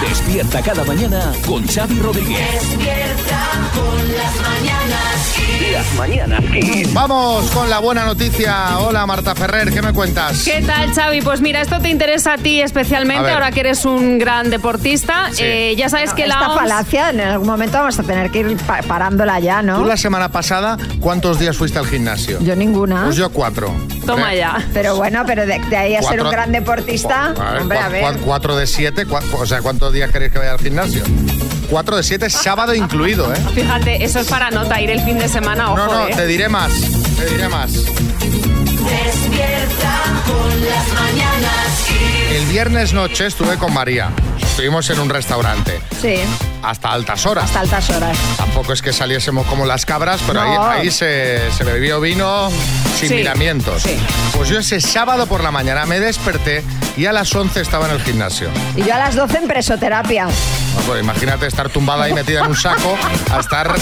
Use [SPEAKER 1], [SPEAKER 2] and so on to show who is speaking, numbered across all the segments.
[SPEAKER 1] Despierta cada mañana con Xavi Rodríguez.
[SPEAKER 2] Despierta con las mañanas Kiss.
[SPEAKER 1] Las mañanas
[SPEAKER 3] Vamos con la buena noticia. Hola Marta Ferrer, ¿qué me cuentas?
[SPEAKER 4] ¿Qué tal, Xavi? Pues mira, esto te interesa a ti
[SPEAKER 3] A
[SPEAKER 4] especialmente,
[SPEAKER 3] ver.
[SPEAKER 4] ahora que eres un gran deportista. Eh, ya sabes que
[SPEAKER 5] Esta
[SPEAKER 4] la OMS...
[SPEAKER 5] falacia en algún momento vamos a tener que ir pa- parándola ya,
[SPEAKER 3] Tú
[SPEAKER 5] ¿no?
[SPEAKER 3] la semana pasada, ¿cuántos días fuiste al gimnasio?
[SPEAKER 5] Yo ninguna.
[SPEAKER 3] Pues yo cuatro.
[SPEAKER 4] Toma
[SPEAKER 3] Eh,
[SPEAKER 4] ya.
[SPEAKER 5] Pero bueno, pero de, de ahí a ser
[SPEAKER 3] cuatro-
[SPEAKER 5] un gran deportista,
[SPEAKER 3] Cu- a ver,
[SPEAKER 5] hombre,
[SPEAKER 3] cua-
[SPEAKER 5] a ver.
[SPEAKER 3] cua- Cuatro de siete, cua- o sea, ¿cuántos días queréis que vaya al gimnasio? Cuatro de siete, sábado incluido, ¿eh?
[SPEAKER 4] Fíjate, eso es para nota, ir el fin de semana, ojo,
[SPEAKER 3] No, no,
[SPEAKER 4] eh.
[SPEAKER 3] te diré más, te diré más.
[SPEAKER 2] Despierta con las mañanas Kiss.
[SPEAKER 3] El viernes noche estuve con María. Estuvimos en un restaurante
[SPEAKER 5] Sí,
[SPEAKER 3] hasta altas horas.
[SPEAKER 5] hasta altas horas.
[SPEAKER 3] Tampoco es que saliésemos como las cabras, pero
[SPEAKER 5] No.
[SPEAKER 3] ahí, ahí se, se bebió vino sin
[SPEAKER 4] Sí,
[SPEAKER 3] miramientos.
[SPEAKER 4] sí.
[SPEAKER 3] Pues yo ese sábado por la mañana me desperté y a las 11 estaba en el gimnasio.
[SPEAKER 5] Y yo a las 12 en presoterapia.
[SPEAKER 3] No, pues imagínate estar tumbada ahí metida en un saco a estar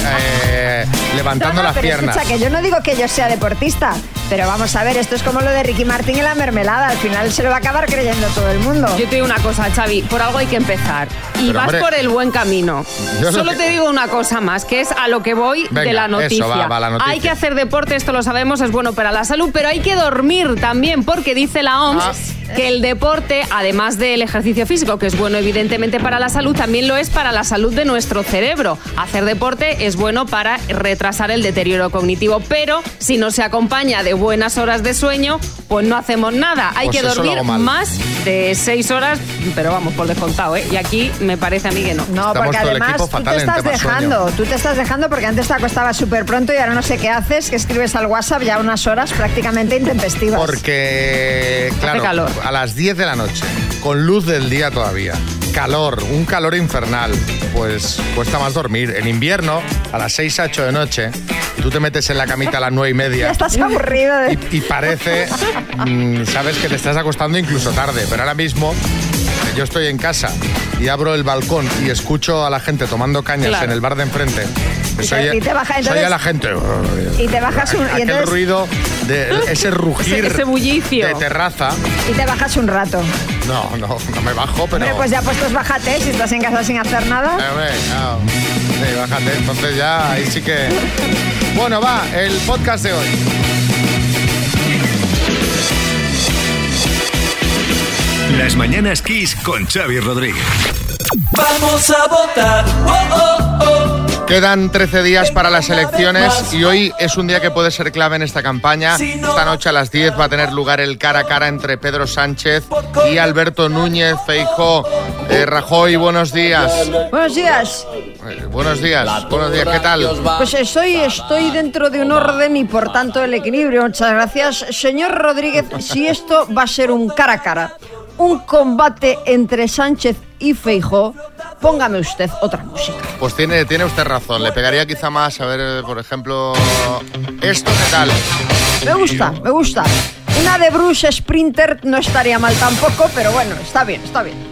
[SPEAKER 3] eh, levantando
[SPEAKER 5] No, no,
[SPEAKER 3] las
[SPEAKER 5] pero
[SPEAKER 3] piernas.
[SPEAKER 5] escucha, que yo no digo que yo sea deportista, pero vamos a ver, esto es como lo de Ricky Martín y la mermelada. Al final se lo va a acabar creyendo todo el mundo.
[SPEAKER 4] Yo te digo una cosa, Xavi, por algo hay que empezar. Y
[SPEAKER 3] Pero,
[SPEAKER 4] vas
[SPEAKER 3] hombre,
[SPEAKER 4] por el buen camino.
[SPEAKER 3] yo lo
[SPEAKER 4] Solo
[SPEAKER 3] que-
[SPEAKER 4] te digo una cosa más, que es a lo que voy
[SPEAKER 3] Venga,
[SPEAKER 4] de la
[SPEAKER 3] eso,
[SPEAKER 4] noticia.
[SPEAKER 3] va, va, la noticia.
[SPEAKER 4] Hay que hacer deporte, esto lo sabemos, es bueno para la salud, pero hay que dormir también, porque dice la OMS
[SPEAKER 3] Ah.
[SPEAKER 4] que el deporte, además del ejercicio físico, que es bueno evidentemente para la salud, también lo es para la salud de nuestro cerebro. Hacer deporte es bueno para retrasar el deterioro cognitivo, pero si no se acompaña de buenas horas de sueño, pues no hacemos nada. Hay
[SPEAKER 3] Pues
[SPEAKER 4] que
[SPEAKER 3] eso lo
[SPEAKER 4] dormir
[SPEAKER 3] hago mal.
[SPEAKER 4] más de seis horas, pero vamos, por descontado, ¿eh? Y aquí me parece a mí que no.
[SPEAKER 5] No,
[SPEAKER 3] Estamos
[SPEAKER 5] porque
[SPEAKER 3] todo el
[SPEAKER 5] además
[SPEAKER 3] equipo
[SPEAKER 5] tú
[SPEAKER 3] fatal
[SPEAKER 5] te
[SPEAKER 3] en
[SPEAKER 5] estás
[SPEAKER 3] temas sueño.
[SPEAKER 5] dejando, tú te estás dejando porque antes te acostabas súper pronto y ahora no sé qué haces, que escribes al WhatsApp ya unas horas prácticamente intempestivas.
[SPEAKER 3] Porque, claro,
[SPEAKER 4] calor.
[SPEAKER 3] a las 10 de la noche, con luz del día todavía, calor, un calor infernal, pues cuesta más dormir. En invierno, a las 6, a 8 de noche, y tú te metes en la camita a las 9 y
[SPEAKER 5] Ya
[SPEAKER 3] media.
[SPEAKER 5] estás aburrido de...
[SPEAKER 3] Y, y parece, mm, sabes que te estás acostando incluso tarde, pero ahora mismo eh, yo estoy en casa y abro el balcón y escucho a la gente tomando cañas
[SPEAKER 4] Claro.
[SPEAKER 3] en el bar de enfrente. Pues
[SPEAKER 5] te-
[SPEAKER 3] oye-
[SPEAKER 5] y te baja,
[SPEAKER 3] pues
[SPEAKER 5] entonces-
[SPEAKER 3] oye a la gente.
[SPEAKER 5] y te bajas un- y
[SPEAKER 3] aquel
[SPEAKER 5] entonces-
[SPEAKER 3] ruido, de, ese rugir
[SPEAKER 4] Ese- ese bullicio.
[SPEAKER 3] de terraza.
[SPEAKER 5] Y te bajas un rato.
[SPEAKER 3] No, no, no me bajo, pero.
[SPEAKER 5] Hombre, pues ya puestos bájate si estás en casa sin hacer
[SPEAKER 3] Eh,
[SPEAKER 5] nada.
[SPEAKER 3] hombre, claro. Sí, bájate, entonces ya ahí sí que. Bueno, va, el podcast de hoy.
[SPEAKER 6] Las mañanas Kiss con Xavi Rodríguez.
[SPEAKER 7] Vamos a votar. Oh, oh,
[SPEAKER 3] Quedan 13 días para las elecciones y hoy es un día que puede ser clave en esta campaña. Esta noche a las 10 va a tener lugar el cara a cara entre Pedro Sánchez y Alberto Núñez Feijó. Eh, Rajoy, buenos días.
[SPEAKER 5] Buenos días.
[SPEAKER 3] Eh, buenos días, buenos días, ¿qué tal?
[SPEAKER 5] Pues estoy, estoy dentro de un orden y por tanto el equilibrio. Muchas gracias. Señor Rodríguez, si esto va a ser un cara a cara, un combate entre Sánchez y Feijó, póngame usted otra música.
[SPEAKER 3] Pues tiene, tiene usted razón, le pegaría quizá más, a ver, eh, por ejemplo, esto, ¿qué tal?
[SPEAKER 5] Me gusta, me gusta. Una de Bruce Sprinter no estaría mal tampoco, pero bueno, está bien, está bien.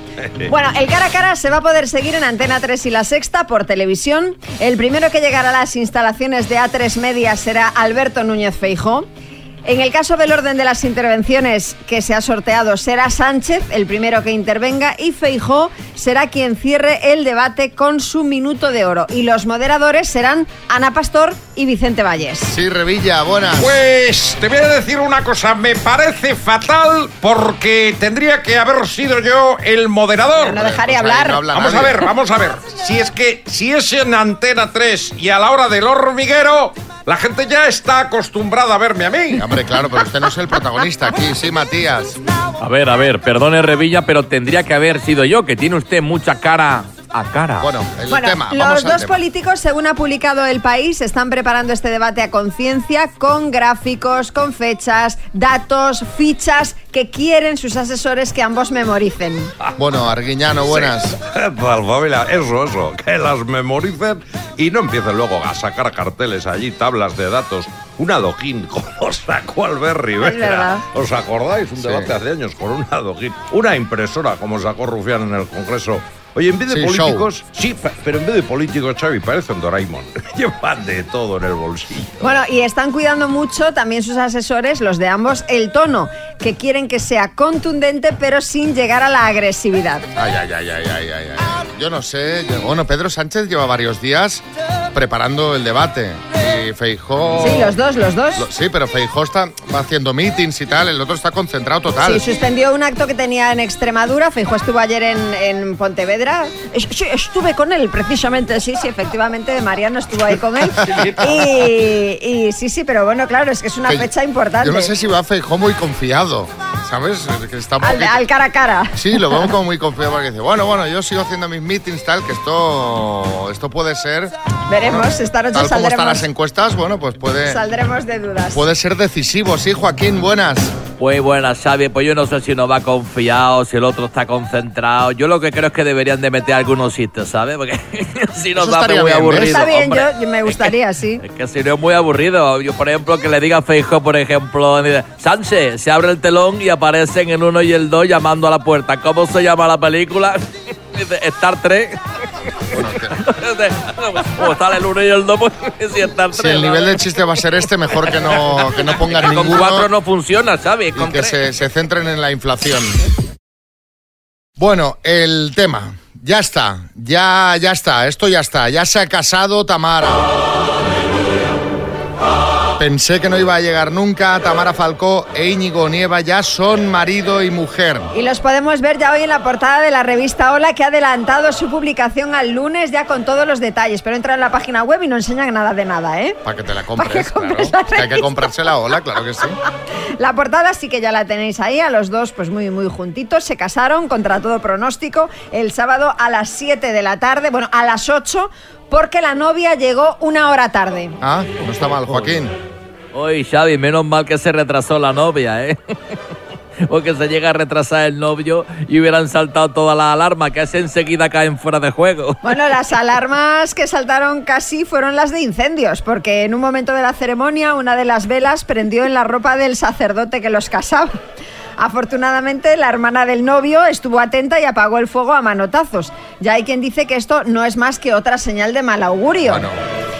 [SPEAKER 5] Bueno, el cara a cara se va a poder seguir en Antena 3 y La Sexta por televisión. El primero que llegará a las instalaciones de A3 Media será Alberto Núñez Feijó. En el caso del orden de las intervenciones que se ha sorteado, será Sánchez el primero que intervenga y Feijó será quien cierre el debate con su minuto de oro. Y los moderadores serán Ana Pastor y Vicente Valles.
[SPEAKER 3] Sí, Revilla, Ah, buenas.
[SPEAKER 8] Pues te voy a decir una cosa, me parece fatal porque tendría que haber sido yo el moderador.
[SPEAKER 5] No dejaré
[SPEAKER 3] Pues ahí
[SPEAKER 5] hablar.
[SPEAKER 3] no habla
[SPEAKER 8] Vamos a
[SPEAKER 3] nadie.
[SPEAKER 8] ver, vamos a ver. Si es que si es en Antena 3 y a la hora del hormiguero, la gente ya está acostumbrada a verme a mí.
[SPEAKER 3] Hombre, claro, pero usted no es el protagonista aquí, sí, Matías.
[SPEAKER 9] A ver, a ver, perdone Revilla, pero tendría que haber sido yo, que tiene usted mucha cara a cara.
[SPEAKER 3] Bueno, el
[SPEAKER 5] Bueno,
[SPEAKER 3] tema,
[SPEAKER 5] los
[SPEAKER 3] vamos al
[SPEAKER 5] dos
[SPEAKER 3] tema.
[SPEAKER 5] políticos, según ha publicado El País, están preparando este debate a conciencia con gráficos, con fechas, datos, fichas que quieren sus asesores que ambos memoricen.
[SPEAKER 3] Bueno, Arguiñano, buenas.
[SPEAKER 8] Palmavila, Pues, eso, eso, que las memoricen y no empiecen luego a sacar carteles allí, tablas de datos, un adoquín como sacó Albert
[SPEAKER 5] verdad.
[SPEAKER 8] Rivera. ¿Os acordáis? Un
[SPEAKER 3] Sí.
[SPEAKER 8] debate hace años con un adoquín, una impresora como sacó Rufián en el Congreso. Oye, en vez de
[SPEAKER 3] Sí,
[SPEAKER 8] políticos, sí, pa- pero en vez de políticos, Xavi, parecen Doraemon. Llevan de todo en el bolsillo.
[SPEAKER 5] Bueno, y están cuidando mucho también sus asesores, los de ambos, el tono. que quieren que sea contundente pero sin llegar a la agresividad.
[SPEAKER 3] Ay, ay, ay, ay, ay, ay, ay. Yo no sé. yo- Bueno, Pedro Sánchez lleva varios días preparando el debate. Y Feijó.
[SPEAKER 5] Sí, los dos, los dos.
[SPEAKER 3] Lo- sí, pero Feijó está, va haciendo meetings y tal. El otro está concentrado total.
[SPEAKER 5] Sí, suspendió un acto que tenía en Extremadura. Fijo, estuvo ayer en, en Pontevedra. Es- sí, estuve con él, precisamente. Sí, sí, efectivamente, Mariano estuvo ahí con él. Y, y sí, sí, pero bueno, claro, es que es una
[SPEAKER 3] Fei-
[SPEAKER 5] fecha importante.
[SPEAKER 3] Pues, Yo no sé si va Feijó muy confiado. ¿Sabes? Que está un
[SPEAKER 5] al,
[SPEAKER 3] poquito-
[SPEAKER 5] al cara a cara.
[SPEAKER 3] Sí, lo veo como muy confiado porque dice, bueno, bueno, yo sigo haciendo mis meetings tal, que esto, esto puede ser,
[SPEAKER 5] Veremos, esta noche
[SPEAKER 3] tal como están
[SPEAKER 5] saldremos,
[SPEAKER 3] las encuestas, bueno, pues puede,
[SPEAKER 5] saldremos de dudas.
[SPEAKER 3] puede ser decisivo. Sí, Joaquín, buenas.
[SPEAKER 10] Pues buena, Xavi, pues yo no sé si no va confiado, si el otro está concentrado. Yo lo que creo es que deberían de meter algunos chistes, ¿sabes? Porque si no
[SPEAKER 3] Eso
[SPEAKER 10] va
[SPEAKER 3] estaría
[SPEAKER 10] muy
[SPEAKER 3] bien, ¿eh?
[SPEAKER 10] aburrido.
[SPEAKER 3] ¿ves?
[SPEAKER 5] Está bien,
[SPEAKER 10] hombre.
[SPEAKER 5] yo, yo me gustaría, sí.
[SPEAKER 10] Es que si no es muy aburrido. Yo, por ejemplo, que le diga a Feijo, por ejemplo, dice, Sánchez, se abre el telón y aparecen el 1 y el 2 llamando a la puerta. ¿Cómo se llama la película? Dice, Star 3.
[SPEAKER 3] Bueno, que-
[SPEAKER 10] o sale el 1 y el 2, pues si Star 3.
[SPEAKER 3] si el nivel de chiste va a ser este, mejor que no, que no pongan
[SPEAKER 10] Con
[SPEAKER 3] ninguno
[SPEAKER 10] 4 no funciona, ¿sabes?
[SPEAKER 3] y
[SPEAKER 10] Con
[SPEAKER 3] que
[SPEAKER 10] tres.
[SPEAKER 3] se, se centren en la inflación. Bueno, el tema. Ya está, ya, ya está, esto ya está. Ya se ha casado Tamara. Pensé que no iba a llegar nunca. Tamara Falcó e Íñigo Nieva ya son marido y mujer.
[SPEAKER 5] Y los podemos ver ya hoy en la portada de la revista Hola, que ha adelantado su publicación al lunes ya con todos los detalles. Pero entra en la página web y no enseñan nada de nada, ¿eh?
[SPEAKER 3] Para que te la
[SPEAKER 5] Pa'
[SPEAKER 3] compres, claro.
[SPEAKER 5] que compres la
[SPEAKER 3] Que hay que
[SPEAKER 5] revista.
[SPEAKER 3] comprársela, hola, claro que sí.
[SPEAKER 5] La portada sí que ya la tenéis ahí, a los dos pues muy muy juntitos, se casaron contra todo pronóstico el sábado a las 7 de la tarde, bueno, a las 8, porque la novia llegó una hora tarde.
[SPEAKER 3] Ah, no está mal, Joaquín.
[SPEAKER 10] Uy, Xavi, menos mal que se retrasó la novia, ¿eh? O que se llega a retrasar el novio y hubieran saltado todas las alarmas, que así enseguida caen fuera de juego.
[SPEAKER 5] Bueno, las alarmas que saltaron casi fueron las de incendios, porque en un momento de la ceremonia una de las velas prendió en la ropa del sacerdote que los casaba. Afortunadamente, la hermana del novio estuvo atenta y apagó el fuego a manotazos. Ya hay quien dice que esto no es más que otra señal de mal augurio.
[SPEAKER 3] Bueno,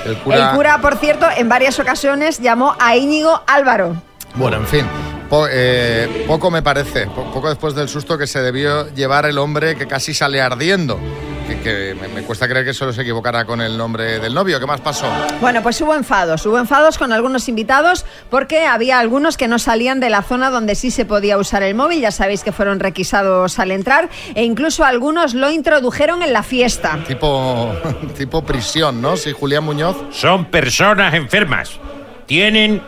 [SPEAKER 3] el
[SPEAKER 5] El cura, por cierto, en varias ocasiones llamó a Íñigo Álvaro.
[SPEAKER 3] Bueno, en fin. po- eh, poco me parece, po- poco después del susto que se debió llevar el hombre que casi sale ardiendo. Que, que me, me cuesta creer que solo se equivocara con el nombre del novio. ¿Qué más pasó?
[SPEAKER 5] Bueno, pues hubo enfados, hubo enfados con algunos invitados porque había algunos que no salían de la zona donde sí se podía usar el móvil, ya sabéis que fueron requisados al entrar e incluso algunos lo introdujeron en la fiesta.
[SPEAKER 3] Tipo, tipo prisión, ¿no? Sí, Julián Muñoz.
[SPEAKER 8] Son personas enfermas. Tienen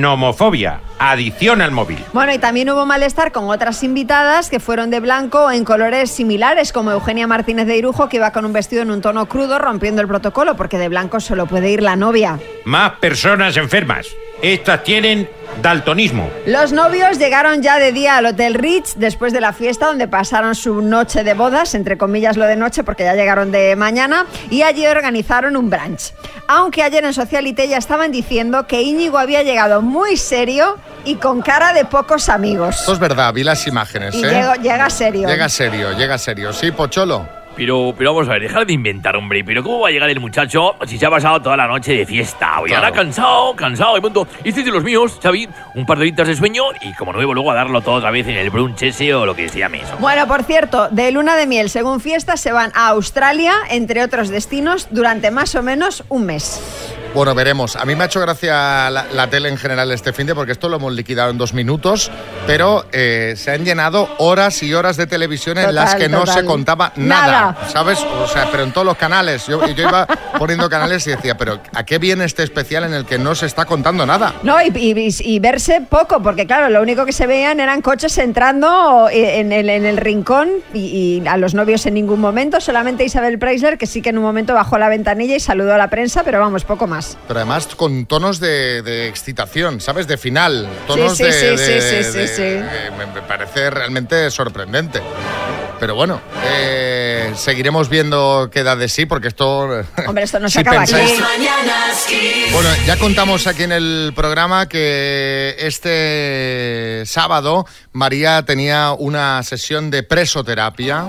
[SPEAKER 8] nomofobia, adicción al móvil.
[SPEAKER 5] Bueno, y también hubo malestar con otras invitadas que fueron de blanco o en colores similares, como Eugenia Martínez de Irujo, que iba con un vestido en un tono crudo rompiendo el protocolo, porque de blanco solo puede ir la novia.
[SPEAKER 8] Más personas enfermas. Estas tienen daltonismo.
[SPEAKER 5] Los novios llegaron ya de día al Hotel Rich después de la fiesta donde pasaron su noche de bodas, entre comillas lo de noche porque ya llegaron de mañana, y allí organizaron un brunch. Aunque ayer en Socialite ya estaban diciendo que Íñigo había llegado muy serio y con cara de pocos amigos.
[SPEAKER 3] Esto es verdad, vi las imágenes,
[SPEAKER 5] Y
[SPEAKER 3] ¿eh?
[SPEAKER 5] llegó- llega serio.
[SPEAKER 3] Llega serio, llega serio. Sí, Pocholo.
[SPEAKER 10] Pero, pero vamos a ver, dejar de inventar, hombre. Pero ¿cómo va a llegar el muchacho si se ha pasado toda la noche de fiesta? Hoy
[SPEAKER 3] Claro.
[SPEAKER 10] ahora cansado, cansado, y punto. Este es de los míos, Xavi. Un par de horitas de sueño y como nuevo luego a darlo todo otra vez en el brunch ese o lo que se llame eso.
[SPEAKER 5] Bueno, por cierto, de luna de miel, según fiesta, se van a Australia, entre otros destinos, durante más o menos un mes.
[SPEAKER 3] Bueno, veremos. A mí me ha hecho gracia la, la tele en general este fin de porque esto lo hemos liquidado en dos minutos, pero eh, se han llenado horas y horas de televisión en
[SPEAKER 5] Total,
[SPEAKER 3] las que no
[SPEAKER 5] total.
[SPEAKER 3] se contaba nada,
[SPEAKER 5] Nada.
[SPEAKER 3] ¿sabes? O sea, pero en todos los canales. Yo, yo iba poniendo canales y decía, pero ¿a qué viene este especial en el que no se está contando nada?
[SPEAKER 5] No, y, y- y verse poco, porque claro, lo único que se veían eran coches entrando en el, en el rincón y, y a los novios en ningún momento, solamente Isabel Preisler, que sí que en un momento bajó la ventanilla y saludó a la prensa, pero vamos, poco más.
[SPEAKER 3] Pero además con tonos de, de excitación, ¿sabes? De final. Tonos
[SPEAKER 5] sí,
[SPEAKER 3] de,
[SPEAKER 5] sí,
[SPEAKER 3] de-
[SPEAKER 5] sí, sí, sí,
[SPEAKER 3] de-
[SPEAKER 5] sí.
[SPEAKER 3] de- me, me parece realmente sorprendente. Pero bueno, eh, seguiremos viendo qué da de sí, porque esto...
[SPEAKER 5] Hombre, esto no se
[SPEAKER 3] si
[SPEAKER 5] acaba
[SPEAKER 3] pensáis-
[SPEAKER 5] aquí.
[SPEAKER 11] Mañanas Kiss.
[SPEAKER 3] Bueno, ya contamos aquí en el programa que este sábado María tenía una sesión de presoterapia.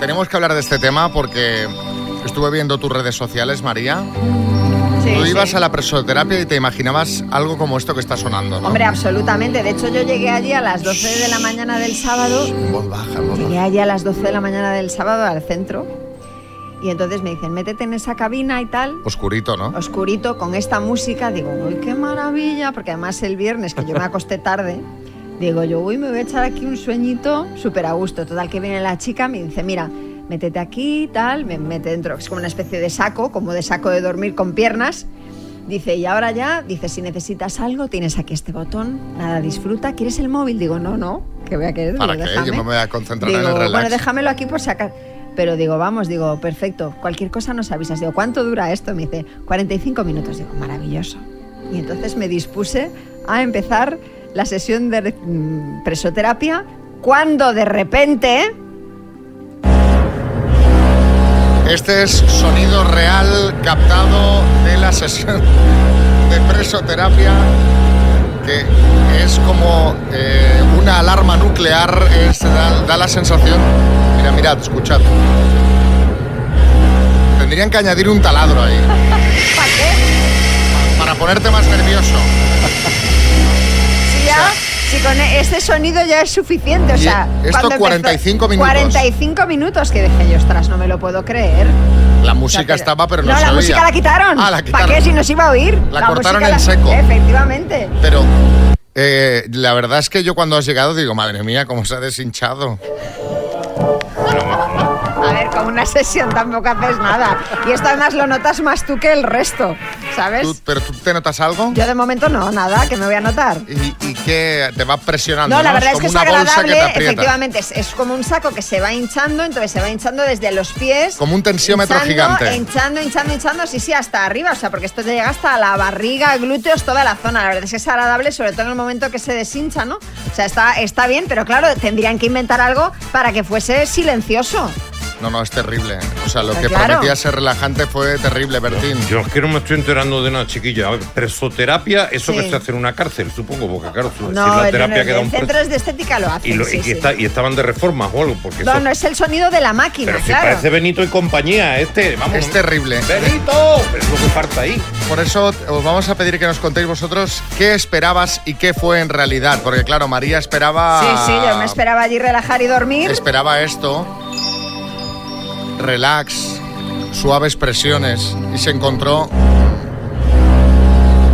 [SPEAKER 3] Tenemos que hablar de este tema porque estuve viendo tus redes sociales, María.
[SPEAKER 5] Sí,
[SPEAKER 3] Tú
[SPEAKER 5] sí.
[SPEAKER 3] ibas a la presoterapia y te imaginabas algo como esto que está sonando, ¿no?
[SPEAKER 5] Hombre, absolutamente. De hecho, yo llegué allí a las 12 de la mañana del sábado.
[SPEAKER 3] Voz baja, voz baja.
[SPEAKER 5] Llegué allí a las 12 de la mañana del sábado al centro. Y entonces me dicen, métete en esa cabina y tal.
[SPEAKER 3] Oscurito, ¿no?
[SPEAKER 5] oscurito con esta música, digo, uy, qué maravilla, porque además el viernes que yo me acosté tarde, digo yo, uy, me voy a echar aquí un sueñito súper a gusto. Total, que viene la chica, me dice, mira, métete aquí, tal, me mete dentro, es como una especie de saco, como de saco de dormir con piernas. Dice, y ahora ya, dice, si necesitas algo, tienes aquí este botón, nada, disfruta, ¿quieres el móvil? Digo, no, no, que voy a querer,
[SPEAKER 3] ¿Para
[SPEAKER 5] digo,
[SPEAKER 3] qué?
[SPEAKER 5] déjame".
[SPEAKER 3] Yo me voy a concentrar en el
[SPEAKER 5] Digo,
[SPEAKER 3] relax.
[SPEAKER 5] bueno, déjamelo aquí por sacar. Pero digo, vamos, digo, perfecto, cualquier cosa nos avisas. Digo, ¿cuánto dura esto? Me dice, 45 minutos. Digo, maravilloso. Y entonces me dispuse a empezar la sesión de mm, presoterapia cuando de repente...
[SPEAKER 3] Este es sonido real captado de la sesión de presoterapia, que es como eh, una alarma nuclear, es- da, da la sensación... Mira, mirad, escuchad. Tendrían que añadir un taladro ahí.
[SPEAKER 5] ¿Para qué?
[SPEAKER 3] Para ponerte más nervioso.
[SPEAKER 5] Si ya, si con e- este sonido ya es suficiente. O
[SPEAKER 3] Y
[SPEAKER 5] sea,
[SPEAKER 3] esto
[SPEAKER 5] cuando empezó-
[SPEAKER 3] 45 minutos.
[SPEAKER 5] 45 minutos que dejé yo, ostras, no me lo puedo creer.
[SPEAKER 3] La música estaba, pero no,
[SPEAKER 5] no,
[SPEAKER 3] se
[SPEAKER 5] la
[SPEAKER 3] oía.
[SPEAKER 5] música la quitaron.
[SPEAKER 3] Ah, la
[SPEAKER 5] ¿Para
[SPEAKER 3] quitaron.
[SPEAKER 5] qué si nos iba a oír?
[SPEAKER 3] La cortaron
[SPEAKER 5] música
[SPEAKER 3] en seco.
[SPEAKER 5] Efectivamente.
[SPEAKER 3] Pero eh, la verdad es que yo cuando has llegado digo, madre mía, cómo se ha deshinchado.
[SPEAKER 5] A ver, con una sesión tampoco haces nada. Y esto además lo notas más tú que el resto,
[SPEAKER 3] Tú-
[SPEAKER 5] ¿sabes?
[SPEAKER 3] ¿Pero tú te notas algo?
[SPEAKER 5] Yo de momento no, nada, que me voy a notar.
[SPEAKER 3] ¿Y, y qué? ¿Te va presionando?
[SPEAKER 5] No, la verdad es que es
[SPEAKER 3] como una bolsa
[SPEAKER 5] agradable,
[SPEAKER 3] que te aprieta.
[SPEAKER 5] efectivamente, es, es como un saco que se va hinchando, entonces se va hinchando desde los pies.
[SPEAKER 3] Como un tensiómetro
[SPEAKER 5] hinchando,
[SPEAKER 3] gigante.
[SPEAKER 5] Hinchando, hinchando, hinchando, sí, sí, hasta arriba, o sea, porque esto te llega hasta la barriga, glúteos, toda la zona. La verdad es que es agradable, sobre todo en el momento que se deshincha, ¿no? O sea, está, está bien, pero claro, tendrían que inventar algo para que fuese silencioso.
[SPEAKER 3] No, no, es terrible. O sea, lo
[SPEAKER 5] Pero
[SPEAKER 3] que
[SPEAKER 5] Pues claro.
[SPEAKER 3] prometía ser relajante fue terrible, Bertín.
[SPEAKER 8] Yo es que no me estoy enterando de nada, chiquilla. A ver, Presoterapia, eso
[SPEAKER 5] Sí.
[SPEAKER 8] que se hace en una cárcel, supongo, porque claro, Pues si
[SPEAKER 5] No,
[SPEAKER 8] la
[SPEAKER 5] en- en,
[SPEAKER 8] terapia que da un
[SPEAKER 5] en
[SPEAKER 8] preso-
[SPEAKER 5] centros de estética lo hacen.
[SPEAKER 8] Y, lo-
[SPEAKER 5] sí,
[SPEAKER 8] y
[SPEAKER 5] sí.
[SPEAKER 8] está- y estaban de reformas o algo, porque
[SPEAKER 5] No,
[SPEAKER 8] eso.
[SPEAKER 5] no es el sonido de la máquina,
[SPEAKER 8] pero si
[SPEAKER 5] claro.
[SPEAKER 8] parece Benito y compañía, este, vamos.
[SPEAKER 3] Es terrible.
[SPEAKER 8] ¡Benito! Es lo que falta ahí.
[SPEAKER 3] Por eso os vamos a pedir que nos contéis vosotros qué esperabas y qué fue en realidad. Porque claro, María esperaba...
[SPEAKER 5] Sí, sí, yo me esperaba allí relajar y dormir.
[SPEAKER 3] Esperaba esto. Relax, suaves presiones. Y se encontró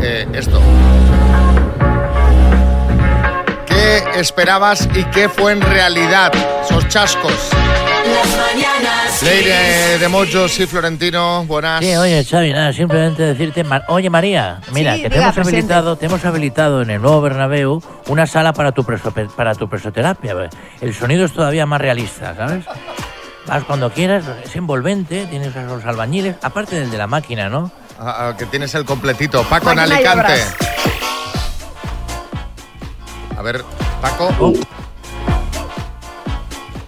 [SPEAKER 3] eh, esto. ¿Qué esperabas y qué fue en realidad? Esos chascos.
[SPEAKER 2] Las mañanas
[SPEAKER 3] Leire de Mochos y Florentino, buenas.
[SPEAKER 12] Sí, oye, Xavi, nada, simplemente decirte, Mar- oye María, mira,
[SPEAKER 3] Sí,
[SPEAKER 12] que te,
[SPEAKER 3] diga,
[SPEAKER 12] hemos
[SPEAKER 3] presente.
[SPEAKER 12] habilitado, te hemos habilitado en el nuevo Bernabéu una sala para tu, preso- para tu presoterapia. ¿ve? El sonido es todavía más realista, ¿sabes? Vas cuando quieras, es envolvente, tienes a los albañiles, aparte del de la máquina, ¿no?
[SPEAKER 3] Ah, ah, que tienes el completito. Paco en
[SPEAKER 12] Máquina y
[SPEAKER 3] Alicante.
[SPEAKER 12] obras.
[SPEAKER 3] A ver, Paco.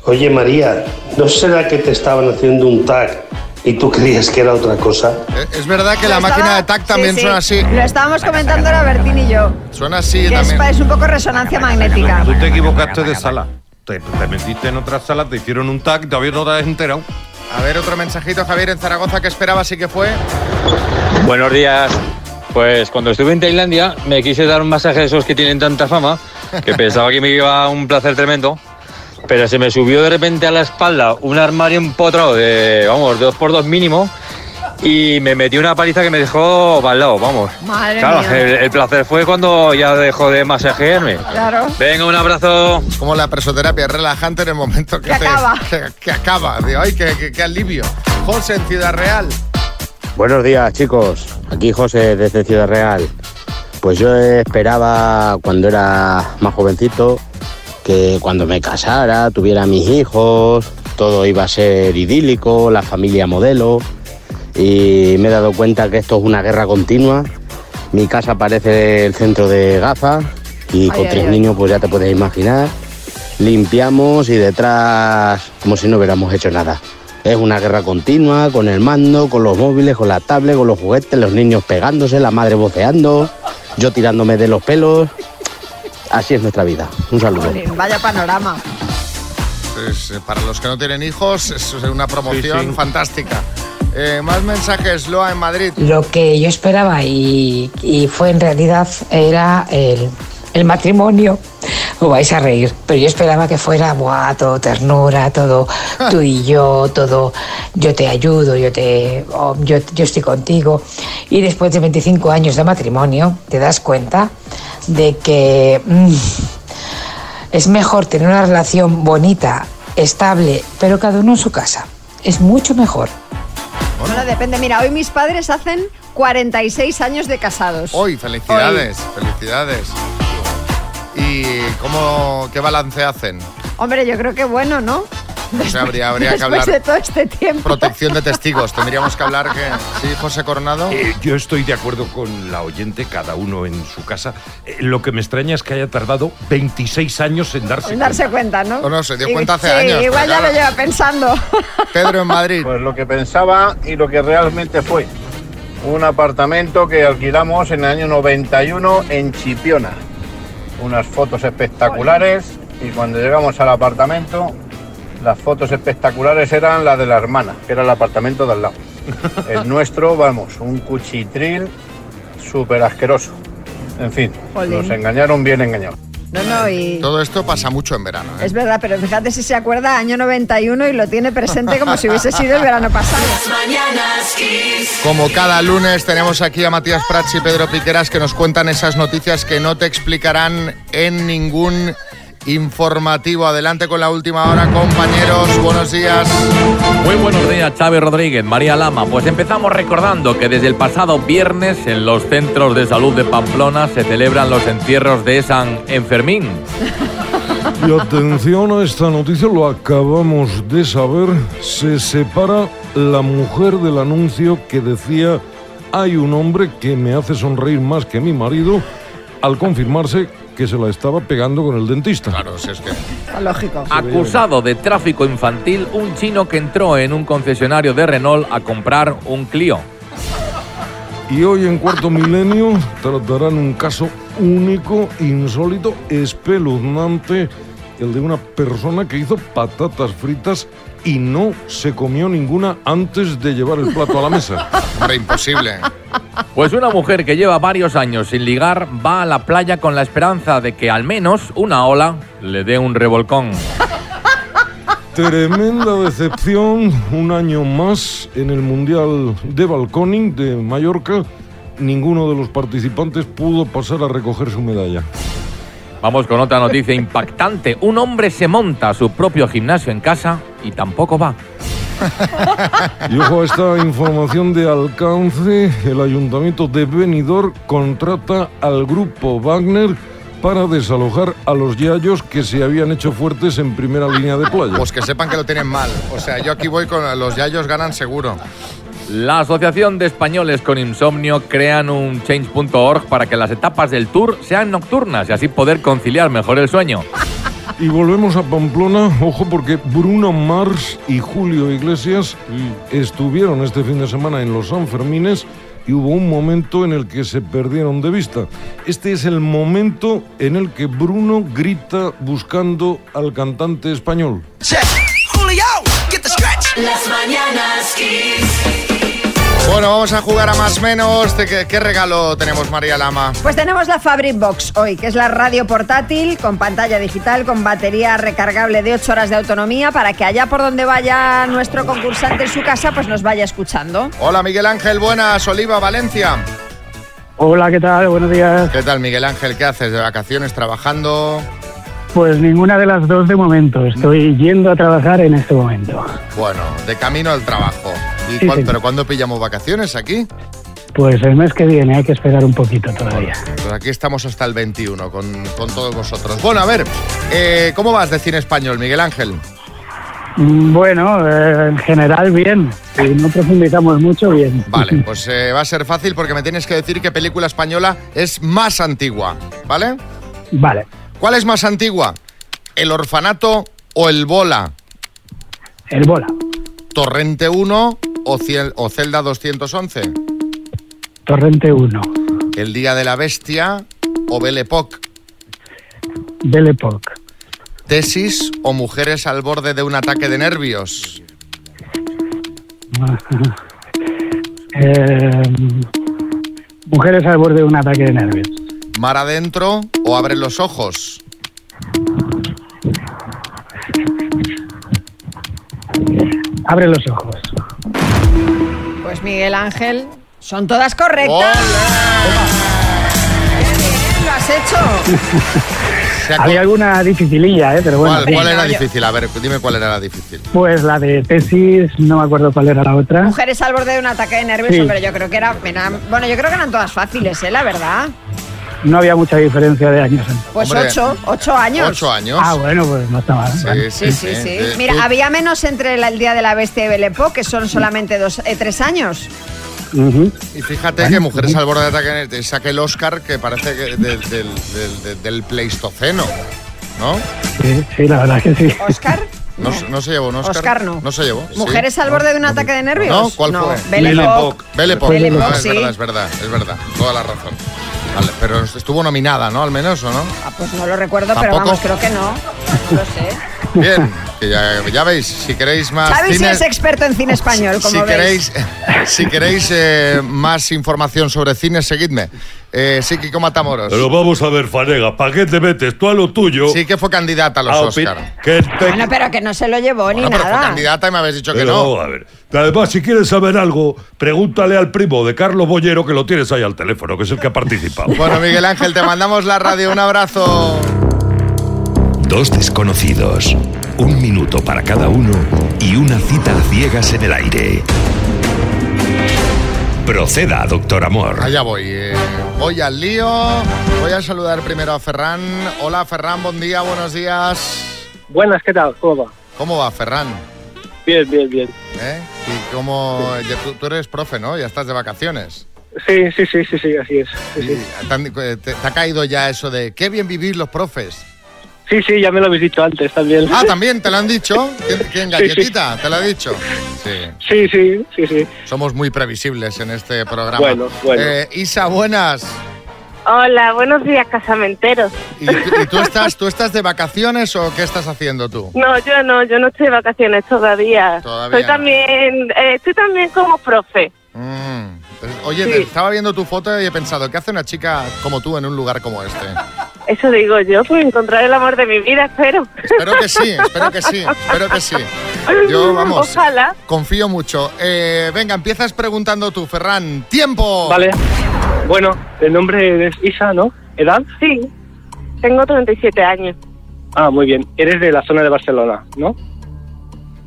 [SPEAKER 13] Oye María, ¿no será que te estaban haciendo un tag y tú creías que era otra cosa?
[SPEAKER 3] eh, Es verdad que la
[SPEAKER 5] Estaba-
[SPEAKER 3] máquina de TAC
[SPEAKER 5] sí,
[SPEAKER 3] también
[SPEAKER 5] sí.
[SPEAKER 3] suena así.
[SPEAKER 5] Lo estábamos comentando ahora Bertín y yo.
[SPEAKER 3] Suena así
[SPEAKER 5] que es,
[SPEAKER 3] también.
[SPEAKER 5] pa- es un poco resonancia magnética.
[SPEAKER 8] Tú te equivocaste de sala. Te, te metiste en otra sala, te hicieron un tag, todavía no te has enterado.
[SPEAKER 3] A ver, otro mensajito, Javier, en Zaragoza, ¿qué esperabas y qué fue?
[SPEAKER 14] Buenos días. Pues cuando estuve en Tailandia me quise dar un masaje de esos que tienen tanta fama, que pensaba que me iba a un placer tremendo, pero se me subió de repente a la espalda un armario empotrado de, vamos, de dos por dos mínimo y me metió una paliza que me dejó balao, vamos.
[SPEAKER 5] Madre
[SPEAKER 14] claro,
[SPEAKER 5] mía.
[SPEAKER 14] el, el placer fue cuando ya dejó de masajearme.
[SPEAKER 5] Claro.
[SPEAKER 14] Venga, un abrazo.
[SPEAKER 3] Como la presoterapia es relajante en el momento que,
[SPEAKER 14] Que
[SPEAKER 3] te-
[SPEAKER 14] acaba.
[SPEAKER 3] Que, que acaba. Digo, ay, qué, qué- qué alivio. José en Ciudad Real.
[SPEAKER 15] Buenos días, chicos. Aquí José desde Ciudad Real. Pues yo esperaba cuando era más jovencito que cuando me casara, tuviera mis hijos, todo iba a ser idílico, la familia modelo. Y me he dado cuenta que esto es una guerra continua. Mi casa parece el centro de Gaza y
[SPEAKER 11] Ay,
[SPEAKER 15] con
[SPEAKER 11] ay,
[SPEAKER 15] tres
[SPEAKER 11] ay.
[SPEAKER 15] niños pues ya te puedes imaginar. Limpiamos y detrás como si no hubiéramos hecho nada. Es una guerra continua con el mando, con los móviles, con la tablet, con los juguetes, los niños pegándose, la madre voceando, yo tirándome de los pelos. Así es nuestra vida. Un saludo.
[SPEAKER 5] Jolín, Vaya panorama.
[SPEAKER 3] Pues, eh, para los que no tienen hijos, es una promoción
[SPEAKER 15] Sí, sí.
[SPEAKER 3] fantástica. Eh, más mensajes, Loa en Madrid.
[SPEAKER 11] Lo que yo esperaba y, y fue en realidad era el, el matrimonio. Os vais a reír, pero yo esperaba que fuera buah, todo ternura, todo tú y yo, todo yo te ayudo, yo te oh, yo, yo estoy contigo. Y después de 25 años de matrimonio, te das cuenta de que mm, es mejor tener una relación bonita, estable, pero cada uno en su casa. Es mucho mejor.
[SPEAKER 5] Bueno, depende. Mira, hoy mis padres hacen 46 años de casados.
[SPEAKER 3] Hoy, felicidades, felicidades. ¿Y cómo, qué balance hacen?
[SPEAKER 5] Hombre, yo creo que bueno, ¿no?
[SPEAKER 3] O sea, habría, habría que
[SPEAKER 5] Después
[SPEAKER 3] hablar.
[SPEAKER 5] de todo este tiempo.
[SPEAKER 3] Protección de testigos. Tendríamos que hablar que. Sí, José Coronado.
[SPEAKER 8] Eh, yo estoy de acuerdo con la oyente, cada uno en su casa. Eh, lo que me extraña es que haya tardado 26 años en darse
[SPEAKER 5] En darse cuenta, ¿no?
[SPEAKER 8] No, no, se dio
[SPEAKER 5] Y-
[SPEAKER 8] cuenta hace
[SPEAKER 5] sí,
[SPEAKER 8] años,
[SPEAKER 5] Igual
[SPEAKER 8] pero
[SPEAKER 5] ya lo
[SPEAKER 8] claro.
[SPEAKER 5] lleva pensando.
[SPEAKER 3] Pedro en Madrid.
[SPEAKER 16] Pues lo que pensaba y lo que realmente fue. Un apartamento que alquilamos en el año 91 en Chipiona. Unas fotos espectaculares y cuando llegamos al apartamento, las fotos espectaculares eran las de la hermana, que era el apartamento de al lado. El nuestro, vamos, un cuchitril súper asqueroso. En fin,
[SPEAKER 5] Jolín.
[SPEAKER 16] nos engañaron bien engañados.
[SPEAKER 5] No, no, y.
[SPEAKER 3] Todo esto pasa mucho en verano. ¿eh?
[SPEAKER 5] Es verdad, pero fíjate si se acuerda año 91 y lo tiene presente como si hubiese sido el verano pasado.
[SPEAKER 2] Mañanas Kiss.
[SPEAKER 3] Como cada lunes tenemos aquí a Matías Prats y Pedro Piqueras que nos cuentan esas noticias que no te explicarán en ningún informativo. Adelante con la última hora, compañeros. Buenos días.
[SPEAKER 9] Muy buenos días, Chávez Rodríguez, María Lama. Pues empezamos recordando que desde el pasado viernes en los centros de salud de Pamplona se celebran los entierros de San Enfermín.
[SPEAKER 17] Y atención a esta noticia, lo acabamos de saber. Se separa la mujer del anuncio que decía hay un hombre que me hace sonreír más que mi marido al confirmarse que se la estaba pegando con el dentista. Claro,
[SPEAKER 3] es que...
[SPEAKER 5] Está lógico.
[SPEAKER 9] Acusado de tráfico infantil, un chino que entró en un concesionario de Renault a comprar un Clio.
[SPEAKER 17] Y hoy en Cuarto Milenio tratarán un caso único, insólito, espeluznante, el de una persona que hizo patatas fritas y no se comió ninguna antes de llevar el plato a la mesa.
[SPEAKER 3] Hombre, imposible.
[SPEAKER 9] Pues una mujer que lleva varios años sin ligar va a la playa con la esperanza de que al menos una ola le dé un revolcón.
[SPEAKER 17] Tremenda decepción, un año más en el Mundial de Balconing de Mallorca. Ninguno de los participantes pudo pasar a recoger su medalla.
[SPEAKER 9] Vamos con otra noticia impactante. Un hombre se monta a su propio gimnasio en casa y tampoco va.
[SPEAKER 17] Y ojo a esta información de alcance, el ayuntamiento de Benidorm contrata al grupo Wagner para desalojar a los yayos que se habían hecho fuertes en primera línea de playa.
[SPEAKER 3] Pues que sepan que lo tienen mal. O sea, yo aquí voy con los yayos ganan seguro.
[SPEAKER 9] La Asociación de Españoles con Insomnio crean un change.org para que las etapas del tour sean nocturnas y así poder conciliar mejor el sueño.
[SPEAKER 17] Y volvemos a Pamplona, ojo porque Bruno Mars y Julio Iglesias estuvieron este fin de semana en los Sanfermines y hubo un momento en el que se perdieron de vista. Este es el momento en el que Bruno grita buscando al cantante español.
[SPEAKER 2] Julio, get the stretch. Las Mañanas Kiss.
[SPEAKER 3] Bueno, vamos a jugar a más menos. ¿De qué, qué regalo tenemos, María Lama?
[SPEAKER 5] Pues tenemos la Fabric Box hoy, que es la radio portátil con pantalla digital, con batería recargable de 8 horas de autonomía, para que allá por donde vaya nuestro concursante en su casa, pues nos vaya escuchando.
[SPEAKER 3] Hola, Miguel Ángel. Buenas, Oliva, Valencia.
[SPEAKER 18] Hola, ¿qué tal? Buenos días.
[SPEAKER 3] ¿Qué tal, Miguel Ángel? ¿Qué haces? ¿De vacaciones? ¿Trabajando?
[SPEAKER 18] Pues ninguna de las dos de momento. Estoy yendo a trabajar en este momento.
[SPEAKER 3] Bueno, de camino al trabajo. ¿Y
[SPEAKER 18] Sí,
[SPEAKER 3] cuál-
[SPEAKER 18] señor.
[SPEAKER 3] ¿Pero cuándo pillamos vacaciones aquí?
[SPEAKER 18] Pues el mes que viene hay que esperar un poquito todavía.
[SPEAKER 3] Pues aquí estamos hasta el 21 con, con todos vosotros. Bueno, a ver, eh, ¿cómo vas de cine español, Miguel Ángel?
[SPEAKER 18] Mm, Bueno, eh, en general bien. Si no profundizamos mucho, bien.
[SPEAKER 3] Vale, pues eh, va a ser fácil porque me tienes que decir qué película española es más antigua, ¿vale?
[SPEAKER 18] Vale.
[SPEAKER 3] ¿Cuál es más antigua? ¿El orfanato o el bola?
[SPEAKER 18] El bola.
[SPEAKER 3] ¿Torrente 1 o, Ciel- o Celda 211?
[SPEAKER 18] Torrente 1.
[SPEAKER 3] ¿El Día de la Bestia o Belle Époque?
[SPEAKER 18] Belle Époque.
[SPEAKER 3] ¿Tesis o Mujeres al borde de un ataque de nervios?
[SPEAKER 18] eh, mujeres al borde de un ataque de nervios.
[SPEAKER 3] ¿Mar adentro o abres los ojos?
[SPEAKER 18] Abre los ojos.
[SPEAKER 5] Pues Miguel Ángel, son todas correctas. ¡Qué bien lo has hecho!
[SPEAKER 18] Había alguna dificililla, eh, pero bueno.
[SPEAKER 3] ¿Cuál,
[SPEAKER 18] sí.
[SPEAKER 3] cuál era difícil? A ver, dime cuál era la difícil.
[SPEAKER 18] Pues la de tesis, no me acuerdo cuál era la otra.
[SPEAKER 5] Mujeres al borde de un ataque de nervios,
[SPEAKER 18] Sí.
[SPEAKER 5] pero yo creo que era, era- bueno, yo creo que eran todas fáciles, ¿eh? La verdad.
[SPEAKER 18] No había mucha diferencia de años.
[SPEAKER 5] Pues ocho, ocho años.
[SPEAKER 18] Ah, bueno, pues no está mal. Vale.
[SPEAKER 5] Sí, sí, sí. Mira, había menos entre la- el Día de la Bestia y Belepo, que son solamente dos, eh, tres años.
[SPEAKER 3] Y fíjate que Mujeres al borde de ataque en el- te saque el Oscar que parece que del- del, del- del- del Pleistoceno, ¿no?
[SPEAKER 18] Sí, sí, la verdad que sí.
[SPEAKER 5] ¿Oscar?
[SPEAKER 3] No, se- no se llevó, ¿no? Oscar,
[SPEAKER 5] Oscar no.
[SPEAKER 3] se llevó. sí.
[SPEAKER 5] ¿Mujeres al borde de un ataque de nervios?
[SPEAKER 3] ¿No? ¿Cuál fue?
[SPEAKER 5] Belle Époque.
[SPEAKER 3] Belle Époque.
[SPEAKER 5] Belle Époque,
[SPEAKER 3] Ah, es
[SPEAKER 5] sí.
[SPEAKER 3] verdad, es verdad, es verdad. Toda la razón. Vale, pero estuvo nominada, ¿no? Al menos, ¿o no?
[SPEAKER 5] Ah, pues no lo recuerdo, pero
[SPEAKER 3] ¿Tampoco?
[SPEAKER 5] vamos, creo que no. No lo sé.
[SPEAKER 3] Bien, que ya, ya veis, si queréis más
[SPEAKER 5] Xavi sí
[SPEAKER 3] Ah, cine- Oh,
[SPEAKER 5] es experto en cine español, como
[SPEAKER 3] si
[SPEAKER 5] veis.
[SPEAKER 3] queréis, si queréis eh, más información sobre cine, seguidme. Eh, sí, Kiko Matamoros.
[SPEAKER 19] Pero vamos a ver, Fanega, ¿para qué te metes tú a lo tuyo?
[SPEAKER 3] Sí que fue candidata a los
[SPEAKER 19] Ah,
[SPEAKER 3] Óscar.
[SPEAKER 19] Que te-
[SPEAKER 5] Bueno, pero que no se lo llevó ni nada.
[SPEAKER 3] candidata y me habéis dicho
[SPEAKER 19] Pero vamos a ver. Además, si quieres saber algo, pregúntale al primo de Carlos Bollero que lo tienes ahí al teléfono, que es el que ha participado.
[SPEAKER 3] Bueno, Miguel Ángel, te mandamos la radio. Un abrazo.
[SPEAKER 6] Dos desconocidos, un minuto para cada uno y una cita a ciegas en el aire. Proceda, doctor Amor.
[SPEAKER 3] Allá voy. eh, voy al lío. Voy a saludar primero a Ferran. Hola, Ferran, buen día, buenos días.
[SPEAKER 20] Buenas, ¿qué tal? ¿Cómo va?
[SPEAKER 3] ¿Cómo va, Ferran?
[SPEAKER 20] Bien, bien, bien.
[SPEAKER 3] ¿Eh? ¿Y cómo, ya tú, tú eres profe, ¿no? Ya estás de vacaciones.
[SPEAKER 20] Sí, sí, sí, sí, sí, así es. Sí, sí.
[SPEAKER 3] Y ¿Te, han- eh, te- te ha caído ya eso de qué bien vivir los profes?
[SPEAKER 20] Sí, sí, ya me lo habéis dicho antes también.
[SPEAKER 3] Ah, también te lo han dicho. ¿Quién, quién,
[SPEAKER 20] Sí, sí.
[SPEAKER 3] galletita? ¿Te lo ha dicho? Sí.
[SPEAKER 20] Sí, sí, sí, sí.
[SPEAKER 3] Somos muy previsibles en este programa.
[SPEAKER 20] Bueno, bueno.
[SPEAKER 3] Eh, Isa, buenas.
[SPEAKER 21] Hola, buenos días, casamenteros.
[SPEAKER 3] ¿Y, tú- y tú, estás, tú estás de vacaciones o qué estás haciendo tú?
[SPEAKER 21] No, yo no, yo no estoy de vacaciones todavía.
[SPEAKER 3] Todavía
[SPEAKER 21] Estoy
[SPEAKER 3] no.
[SPEAKER 21] también, eh, estoy también como profe.
[SPEAKER 3] Mm. Oye,
[SPEAKER 21] Sí.
[SPEAKER 3] te- estaba viendo tu foto y he pensado, ¿qué hace una chica como tú en un lugar como este?
[SPEAKER 21] Eso digo yo, pues encontrar el amor de mi vida, espero.
[SPEAKER 3] Espero que sí, espero que sí, espero que sí. Yo, vamos,
[SPEAKER 21] Ojalá.
[SPEAKER 3] confío mucho. Eh, venga, empiezas preguntando tú, Ferran. ¡Tiempo!
[SPEAKER 20] Vale. Bueno, el nombre es Isa, ¿no? ¿Edad?
[SPEAKER 21] Sí, tengo 37 años.
[SPEAKER 20] Ah, muy bien. Eres de la zona de Barcelona, ¿no?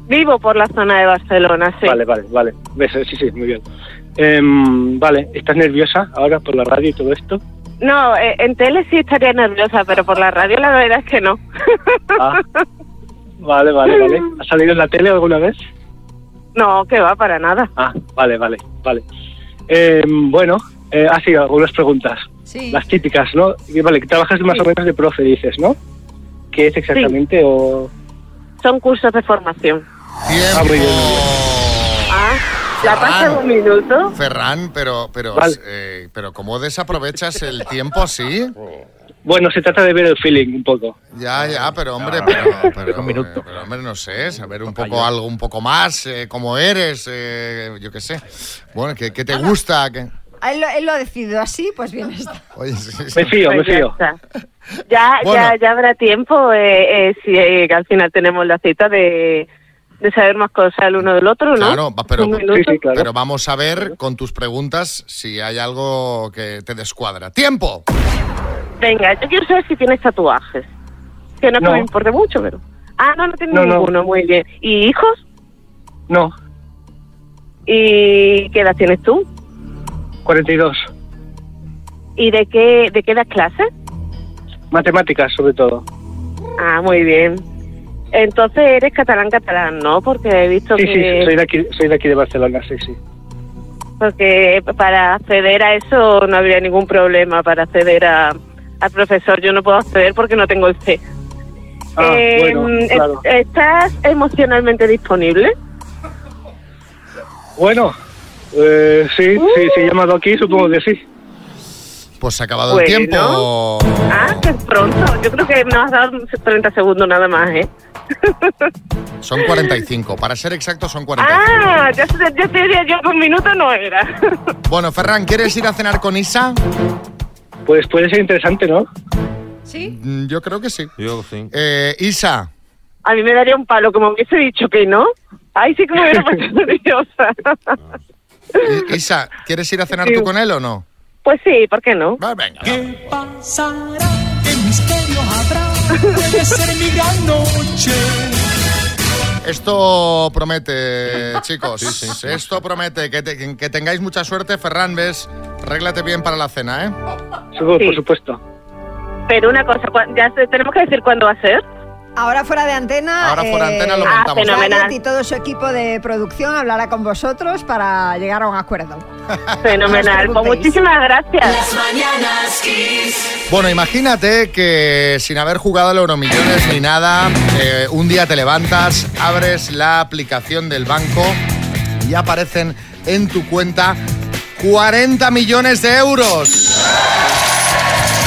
[SPEAKER 21] Vivo por la zona de Barcelona, sí.
[SPEAKER 20] Vale, vale, vale. Ves, eh, Sí, sí, muy bien. Em, vale, ¿estás nerviosa ahora por la radio y todo esto?
[SPEAKER 21] No, eh, en tele sí estaría nerviosa, pero por la radio la verdad es que no.
[SPEAKER 20] Ah, vale, vale, vale. ¿Has salido en la tele alguna vez?
[SPEAKER 21] No, que va, para nada.
[SPEAKER 20] Ah, vale, vale, vale. Em, bueno, eh, ah, sí, algunas preguntas.
[SPEAKER 21] Sí.
[SPEAKER 20] Las típicas, ¿no? Y Vale, que trabajas más o menos de profe, dices, ¿no? ¿Qué es exactamente o...?
[SPEAKER 21] Son cursos de formación.
[SPEAKER 20] Ah, muy bien, muy bien.
[SPEAKER 21] Ah, ¿la pasa
[SPEAKER 3] Ferran.
[SPEAKER 21] un minuto?
[SPEAKER 3] Ferran, pero, pero,
[SPEAKER 20] Vale.
[SPEAKER 3] eh, pero ¿cómo desaprovechas el tiempo así?
[SPEAKER 20] Bueno, se trata de ver el feeling un poco.
[SPEAKER 3] Ya, ya, pero hombre, pero, pero, eh, pero, hombre, no sé, saber un poco algo, un poco más, eh, cómo eres, eh, yo qué sé. Bueno, que, que te gusta. Que...
[SPEAKER 5] Ah, Él lo, él lo ha decidido así, pues bien está.
[SPEAKER 3] Oye, sí, sí.
[SPEAKER 21] Pues ya está. Ya,
[SPEAKER 3] Bueno.
[SPEAKER 21] ya, ya habrá tiempo eh, eh, si eh, al final tenemos la cita de, de saber más cosas el uno del otro, ¿no?
[SPEAKER 3] Claro, va- pero,
[SPEAKER 21] Un minuto.
[SPEAKER 3] pero vamos a ver con tus preguntas si hay algo que te descuadra. ¡Tiempo!
[SPEAKER 21] Venga, yo quiero saber si tienes tatuajes. Que no, es que
[SPEAKER 3] No.
[SPEAKER 21] me importe mucho, pero... Ah, no, no tienes
[SPEAKER 3] No, no.
[SPEAKER 21] ninguno, muy bien. ¿Y hijos?
[SPEAKER 20] No.
[SPEAKER 21] ¿Y qué edad tienes tú?
[SPEAKER 20] 42.
[SPEAKER 21] ¿Y de qué, de qué das clases?
[SPEAKER 20] Matemáticas, sobre todo.
[SPEAKER 21] Ah, muy bien. Entonces eres catalán-catalán, ¿no? Porque he visto
[SPEAKER 20] Sí,
[SPEAKER 21] que...
[SPEAKER 20] sí, soy de, aquí, soy de aquí de Barcelona, sí, sí.
[SPEAKER 21] Porque para acceder a eso no habría ningún problema para acceder a, al profesor. Yo no puedo acceder porque no tengo el C.
[SPEAKER 20] Ah,
[SPEAKER 21] Eh,
[SPEAKER 20] bueno,
[SPEAKER 21] ¿est-
[SPEAKER 20] claro.
[SPEAKER 21] ¿Estás emocionalmente disponible?
[SPEAKER 20] Bueno, eh, sí, sí,
[SPEAKER 21] Uh.
[SPEAKER 20] sí, llamado aquí, supongo que sí.
[SPEAKER 3] Pues se ha acabado el
[SPEAKER 21] Bueno.
[SPEAKER 3] tiempo.
[SPEAKER 21] Ah, que pronto. Yo creo que nos has dado 30 segundos nada más, ¿eh?
[SPEAKER 3] Son 45, para ser exactos son 45.
[SPEAKER 21] Ah, ya, se- ya te diría yo que un minuto no era.
[SPEAKER 3] Bueno, Ferran, ¿quieres ir a cenar con Isa?
[SPEAKER 20] Pues puede ser interesante, ¿no?
[SPEAKER 3] Sí. Mm, Yo creo que sí. Yo sí. Isa,
[SPEAKER 21] A mí me daría un palo, como hubiese dicho que no. Ahí sí que me hubiera puesto nerviosa.
[SPEAKER 3] I- Isa, ¿quieres ir a cenar tú con él o no?
[SPEAKER 21] Pues sí, ¿por qué no?
[SPEAKER 3] venga.
[SPEAKER 2] ¿Qué pasará? ¿Qué misterio habrá? Puede ser mi gran noche.
[SPEAKER 3] Esto promete, chicos. Esto promete que, te- que tengáis mucha suerte, Ferran, ves. Arréglate bien para la cena, ¿eh?
[SPEAKER 21] Sí.
[SPEAKER 20] supuesto.
[SPEAKER 21] Pero una cosa, cua- ya se- tenemos que decir cuándo va a ser.
[SPEAKER 5] Ahora fuera de antena.
[SPEAKER 3] Ahora fuera de antena lo
[SPEAKER 5] ah,
[SPEAKER 3] contamos.
[SPEAKER 5] Janet
[SPEAKER 3] fenomenal.
[SPEAKER 5] Y todo su equipo de producción hablará con vosotros para llegar a un acuerdo.
[SPEAKER 21] Fenomenal. Pues muchísimas gracias.
[SPEAKER 2] Las mañanas kiss.
[SPEAKER 3] Bueno, imagínate que sin haber jugado al Euromillones ni nada, eh, un día te levantas, abres la aplicación del banco y aparecen en tu cuenta 40 millones de euros.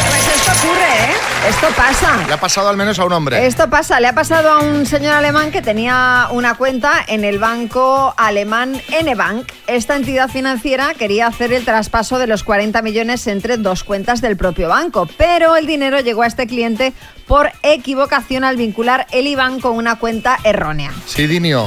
[SPEAKER 5] Pues esto ocurre, ¿eh? Esto pasa.
[SPEAKER 3] Le ha pasado al menos a un hombre.
[SPEAKER 5] Esto pasa, le ha pasado a un señor alemán que tenía una cuenta en el banco alemán N-Bank. Esta entidad financiera quería hacer el traspaso de los 40 millones entre dos cuentas del propio banco, pero el dinero llegó a este cliente por equivocación al vincular el IBAN con una cuenta errónea.
[SPEAKER 3] Sí, Dinio.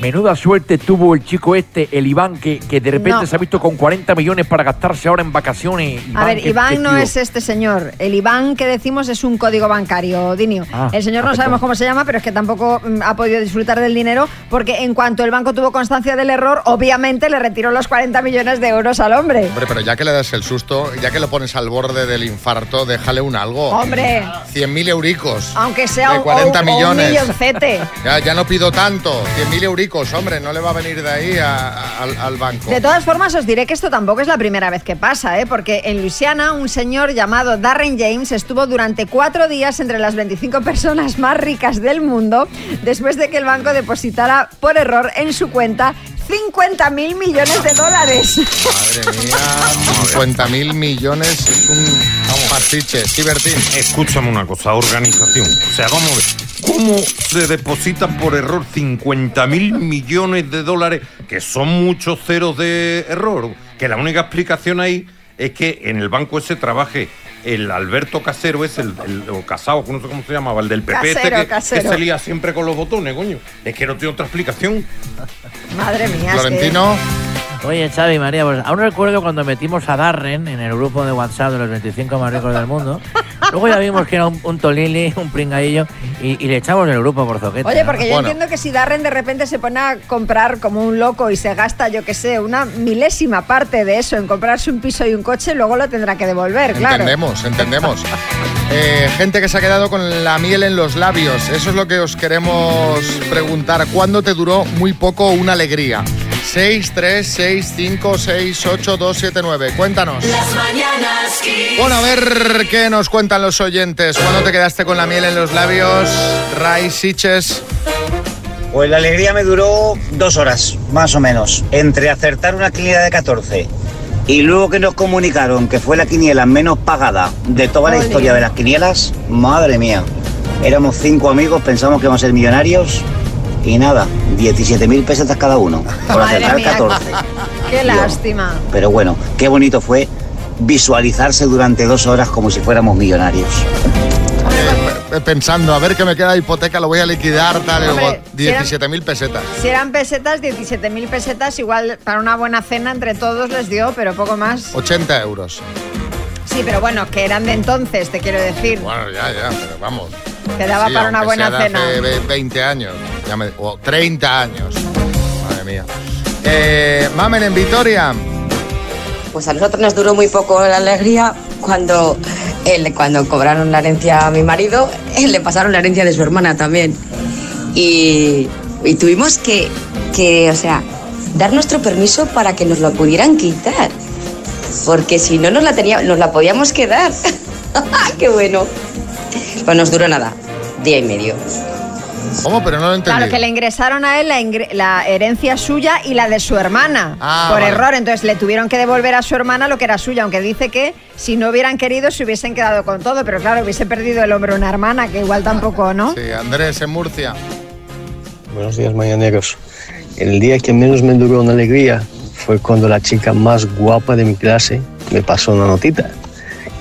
[SPEAKER 1] Menuda suerte tuvo el chico este, el Iván, que, que de repente
[SPEAKER 5] No.
[SPEAKER 1] se ha visto con 40 millones para gastarse ahora en vacaciones.
[SPEAKER 5] A ver,
[SPEAKER 1] qué- qué
[SPEAKER 5] Iván no
[SPEAKER 1] tío.
[SPEAKER 5] es este señor. El Iván que decimos es un código bancario, Dinio.
[SPEAKER 1] Ah,
[SPEAKER 5] el señor no
[SPEAKER 1] perfecto.
[SPEAKER 5] sabemos cómo se llama, pero es que tampoco mm, ha podido disfrutar del dinero porque en cuanto el banco tuvo constancia del error, obviamente le retiró los 40 millones de euros al hombre.
[SPEAKER 3] Hombre, pero ya que le das el susto, ya que lo pones al borde del infarto, déjale un algo.
[SPEAKER 5] Hombre.
[SPEAKER 3] 100.000 euricos.
[SPEAKER 5] Aunque sea
[SPEAKER 3] De
[SPEAKER 5] un,
[SPEAKER 3] 40
[SPEAKER 5] o un- o un
[SPEAKER 3] millones.
[SPEAKER 5] milloncete.
[SPEAKER 3] Ya, ya no pido tanto. 100.000 euricos, hombre, no le va a venir de ahí a- a- al, al banco.
[SPEAKER 5] De todas formas, os diré que esto tampoco es la primera vez que pasa, ¿eh? porque en Luisiana un señor llamado Darren James estuvo durante cuatro días entre las 25 personas más ricas del mundo después de que el banco depositara por error en su cuenta 50 mil millones de dólares.
[SPEAKER 3] Madre mía, 50.000 millones es un pastiche. Sí, Bertín.
[SPEAKER 22] Escúchame una cosa, organización. O sea, vamos a ver. ¿Cómo se depositan por error
[SPEAKER 8] 50 mil millones de dólares, que son muchos ceros de error. Que la única explicación ahí es que en el banco ese trabaje el Alberto Casero, es el, el- o Casado, no sé cómo se llamaba, el del PP, este
[SPEAKER 5] Casero,
[SPEAKER 8] que- que,
[SPEAKER 5] Casero.
[SPEAKER 8] se lía siempre con los botones, coño. Es que no tiene otra explicación.
[SPEAKER 5] Madre mía. es que-
[SPEAKER 12] Oye, Xavi, María, pues aún recuerdo cuando metimos a Darren en el grupo de WhatsApp de los 25 más ricos del mundo. Luego ya vimos que era un, un tolili, un pringadillo, y, y le echamos del grupo por zoquete.
[SPEAKER 5] Oye,
[SPEAKER 12] ¿no?
[SPEAKER 5] porque yo entiendo que si Darren de repente se pone a comprar como un loco y se gasta, yo qué sé, una milésima parte de eso en comprarse un piso y un coche, luego lo tendrá que devolver, claro.
[SPEAKER 3] Entendemos, entendemos. Eh, gente que se ha quedado con la miel en los labios. Eso es lo que os queremos preguntar. ¿Cuándo te duró muy poco una alegría? 6, 3, 6, 5, 6, 8, 2, 7, 9. Cuéntanos.
[SPEAKER 2] Las mañanas kiss.
[SPEAKER 3] Bueno, a ver qué nos cuentan los oyentes. ¿Cuándo te quedaste con la miel en los labios? Ray Siches.
[SPEAKER 23] Pues la alegría me duró dos horas, más o menos, entre acertar una quiniela de 14 y luego que nos comunicaron que fue la quiniela menos pagada de toda la
[SPEAKER 5] Ole.
[SPEAKER 23] historia de las quinielas, madre mía. Éramos cinco amigos, pensamos que íbamos a ser millonarios y nada, 17.000 pesetas cada uno por
[SPEAKER 5] Madre
[SPEAKER 23] acertar
[SPEAKER 5] mía,
[SPEAKER 23] 14.
[SPEAKER 5] qué lástima.
[SPEAKER 23] Pero bueno, qué bonito fue visualizarse durante dos horas como si fuéramos millonarios.
[SPEAKER 3] Eh, Pensando, a ver que me queda hipoteca, lo voy a liquidar, tal. y luego
[SPEAKER 5] Hombre, si era-
[SPEAKER 3] 17.000 pesetas.
[SPEAKER 5] Si eran pesetas, 17.000 pesetas, igual para una buena cena entre todos les dio, pero poco más.
[SPEAKER 3] 80 euros.
[SPEAKER 5] Sí, pero bueno, que eran de entonces, te quiero decir.
[SPEAKER 3] Bueno, ya, ya, pero vamos.
[SPEAKER 5] Te daba para una
[SPEAKER 3] aunque
[SPEAKER 5] buena
[SPEAKER 3] sea de
[SPEAKER 5] cena.
[SPEAKER 3] hace ve- 20 años, ya me- o 30 años. Madre mía. Eh, Mamen en Vitoria.
[SPEAKER 24] Pues a nosotros nos duró muy poco la alegría cuando, él, cuando cobraron la herencia a mi marido, él le pasaron la herencia de su hermana también. Y, y tuvimos que, que, o sea, dar nuestro permiso para que nos lo pudieran quitar. Porque si no nos la, tenía, nos la podíamos quedar. ¡Qué bueno! Pues nos duró nada, día y medio.
[SPEAKER 3] ¿Cómo? Pero no lo entendí.
[SPEAKER 5] Claro, que le ingresaron a él la, ingre- la herencia suya y la de su hermana por
[SPEAKER 3] Ah, vale.
[SPEAKER 5] error. Entonces le tuvieron que devolver a su hermana lo que era suya, aunque dice que si no hubieran querido se hubiesen quedado con todo, pero claro, hubiese perdido el hombre una hermana, que igual tampoco, ¿no?
[SPEAKER 3] Sí, Andrés, en Murcia.
[SPEAKER 4] Buenos días, mañaneros. El día que menos me duró una alegría fue cuando la chica más guapa de mi clase me pasó una notita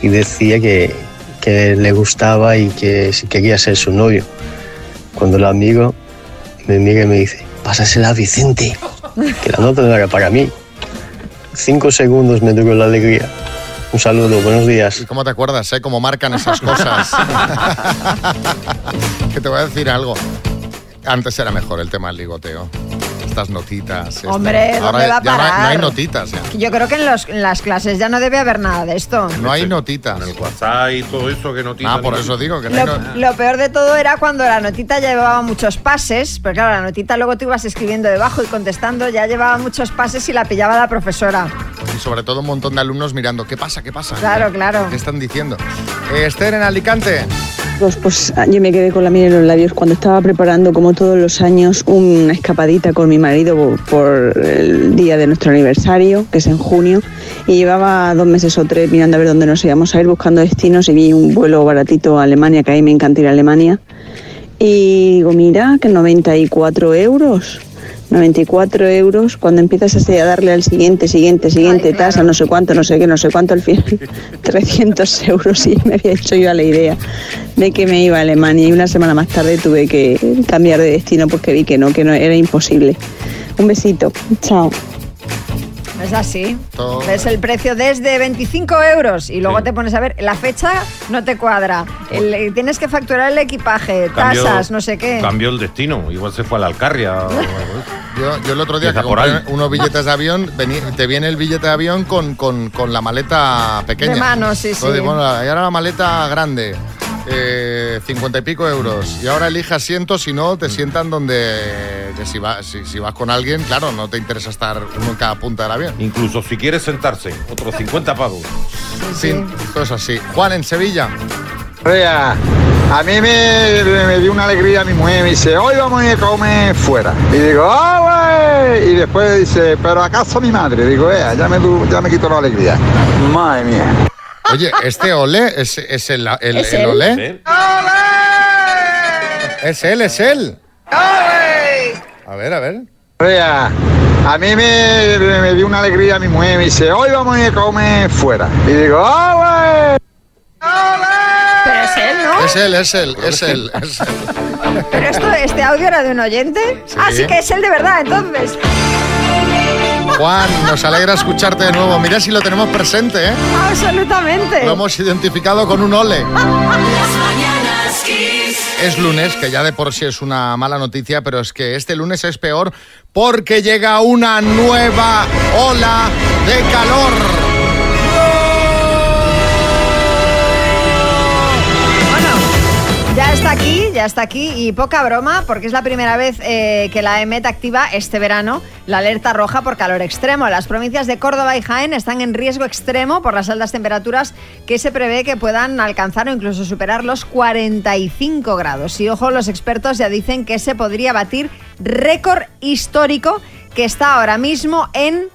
[SPEAKER 4] y decía que, que le gustaba y que si quería ser su novio. Cuando la amigo me mira y me dice, pásasela a Vicente, que la nota no era para mí. Cinco segundos me duró la alegría. Un saludo, buenos días.
[SPEAKER 3] ¿Y cómo te acuerdas, eh? Cómo marcan esas cosas. que te voy a decir algo. Antes era mejor el tema del ligoteo. Estas notitas. esta-
[SPEAKER 5] Hombre, ¿dónde va
[SPEAKER 3] ya
[SPEAKER 5] a
[SPEAKER 3] no hay- No hay
[SPEAKER 5] parar?
[SPEAKER 3] notitas ya.
[SPEAKER 5] Yo creo que en, los- en las clases ya no debe haber nada de esto.
[SPEAKER 3] No hay notitas. En el
[SPEAKER 8] WhatsApp y todo eso que notitas.
[SPEAKER 3] Ah, por eso digo que no hay
[SPEAKER 5] Lo,
[SPEAKER 3] no-
[SPEAKER 5] lo peor de todo era cuando la notita ya llevaba muchos pases, pero claro, la notita luego tú ibas escribiendo debajo y contestando, ya llevaba muchos pases y la pillaba la profesora.
[SPEAKER 3] Y sobre todo un montón de alumnos mirando, ¿qué pasa? ¿Qué pasa?
[SPEAKER 5] Claro, claro.
[SPEAKER 3] ¿Qué están diciendo? Eh, Esther en Alicante.
[SPEAKER 7] Pues, pues yo me quedé con la miel en los labios cuando estaba preparando, como todos los años, una escapadita con mi marido por- por el día de nuestro aniversario, que es en junio, y llevaba dos meses o tres mirando a ver dónde nos íbamos a ir, buscando destinos, y vi un vuelo baratito a Alemania, que a mí me encanta ir a Alemania, y digo, mira, que 94 euros. 94 euros cuando empiezas así a darle al siguiente, siguiente, siguiente, tasa, no sé cuánto, no sé qué, no sé cuánto, al final 300 euros y me había hecho yo a la idea de que me iba a Alemania y una semana más tarde tuve que cambiar de destino porque vi que no, que no era imposible. Un besito, chao.
[SPEAKER 5] Es así.
[SPEAKER 7] Todo-
[SPEAKER 5] Ves el precio desde 25 euros y luego te pones a ver, la fecha no te cuadra, el- tienes que facturar el equipaje,
[SPEAKER 8] Cambió-
[SPEAKER 5] tasas, no sé qué.
[SPEAKER 8] Cambió el destino. Igual se fue a la Alcarria. o algo así.
[SPEAKER 3] Yo, yo el otro día que
[SPEAKER 8] Empieza por
[SPEAKER 3] compré
[SPEAKER 8] ahí.
[SPEAKER 3] unos billetes de avión, vení- te viene el billete de avión con, con- con la maleta pequeña.
[SPEAKER 5] De mano, sí, sí.
[SPEAKER 3] Entonces, bueno, y ahora la maleta grande, eh, 50 y pico euros. Y ahora elige asiento, si no, te sientan donde... que si, va- si, si vas con alguien, claro, no te interesa estar uno en cada punta del avión.
[SPEAKER 8] Incluso si quiere sentarse, otros 50 pavos.
[SPEAKER 3] Sí, eso es así. Juan, en Sevilla.
[SPEAKER 13] Rea, a mí me, me dio una alegría mi mujer, me dice, hoy vamos a ir a comer fuera. Y digo, ¡ale! Y después dice, pero a casa mi madre. Digo, "Ea, ya me, du- ya me quito la alegría. Madre mía.
[SPEAKER 3] Oye, este Ole es, es el, el-
[SPEAKER 13] ¿Es
[SPEAKER 3] el
[SPEAKER 13] él?
[SPEAKER 3] Ole.
[SPEAKER 13] ¿Es
[SPEAKER 8] él?
[SPEAKER 3] Es él, es él. A ver, a ver.
[SPEAKER 13] Rea, a mí me, me dio una alegría mi mujer, me dice, hoy vamos a ir a comer fuera. Y digo, "Ah, ¡ale!
[SPEAKER 5] Pero es él, ¿no?
[SPEAKER 3] Es él, es él, es él, es él.
[SPEAKER 5] Pero esto, este audio era de un oyente. Así que es él de verdad, entonces.
[SPEAKER 3] Juan, nos alegra escucharte de nuevo. Mira si lo tenemos presente, ¿eh?
[SPEAKER 5] Absolutamente.
[SPEAKER 3] Lo hemos identificado con un ole. Es lunes, que ya de por sí es una mala noticia, pero es que este lunes es peor porque llega una nueva ola de calor.
[SPEAKER 5] Ya está aquí, ya está aquí y poca broma porque es la primera vez eh, que la EMET activa este verano la alerta roja por calor extremo. Las provincias de Córdoba y Jaén están en riesgo extremo por las altas temperaturas que se prevé que puedan alcanzar o incluso superar los 45 grados. Y ojo, los expertos ya dicen que se podría batir récord histórico que está ahora mismo en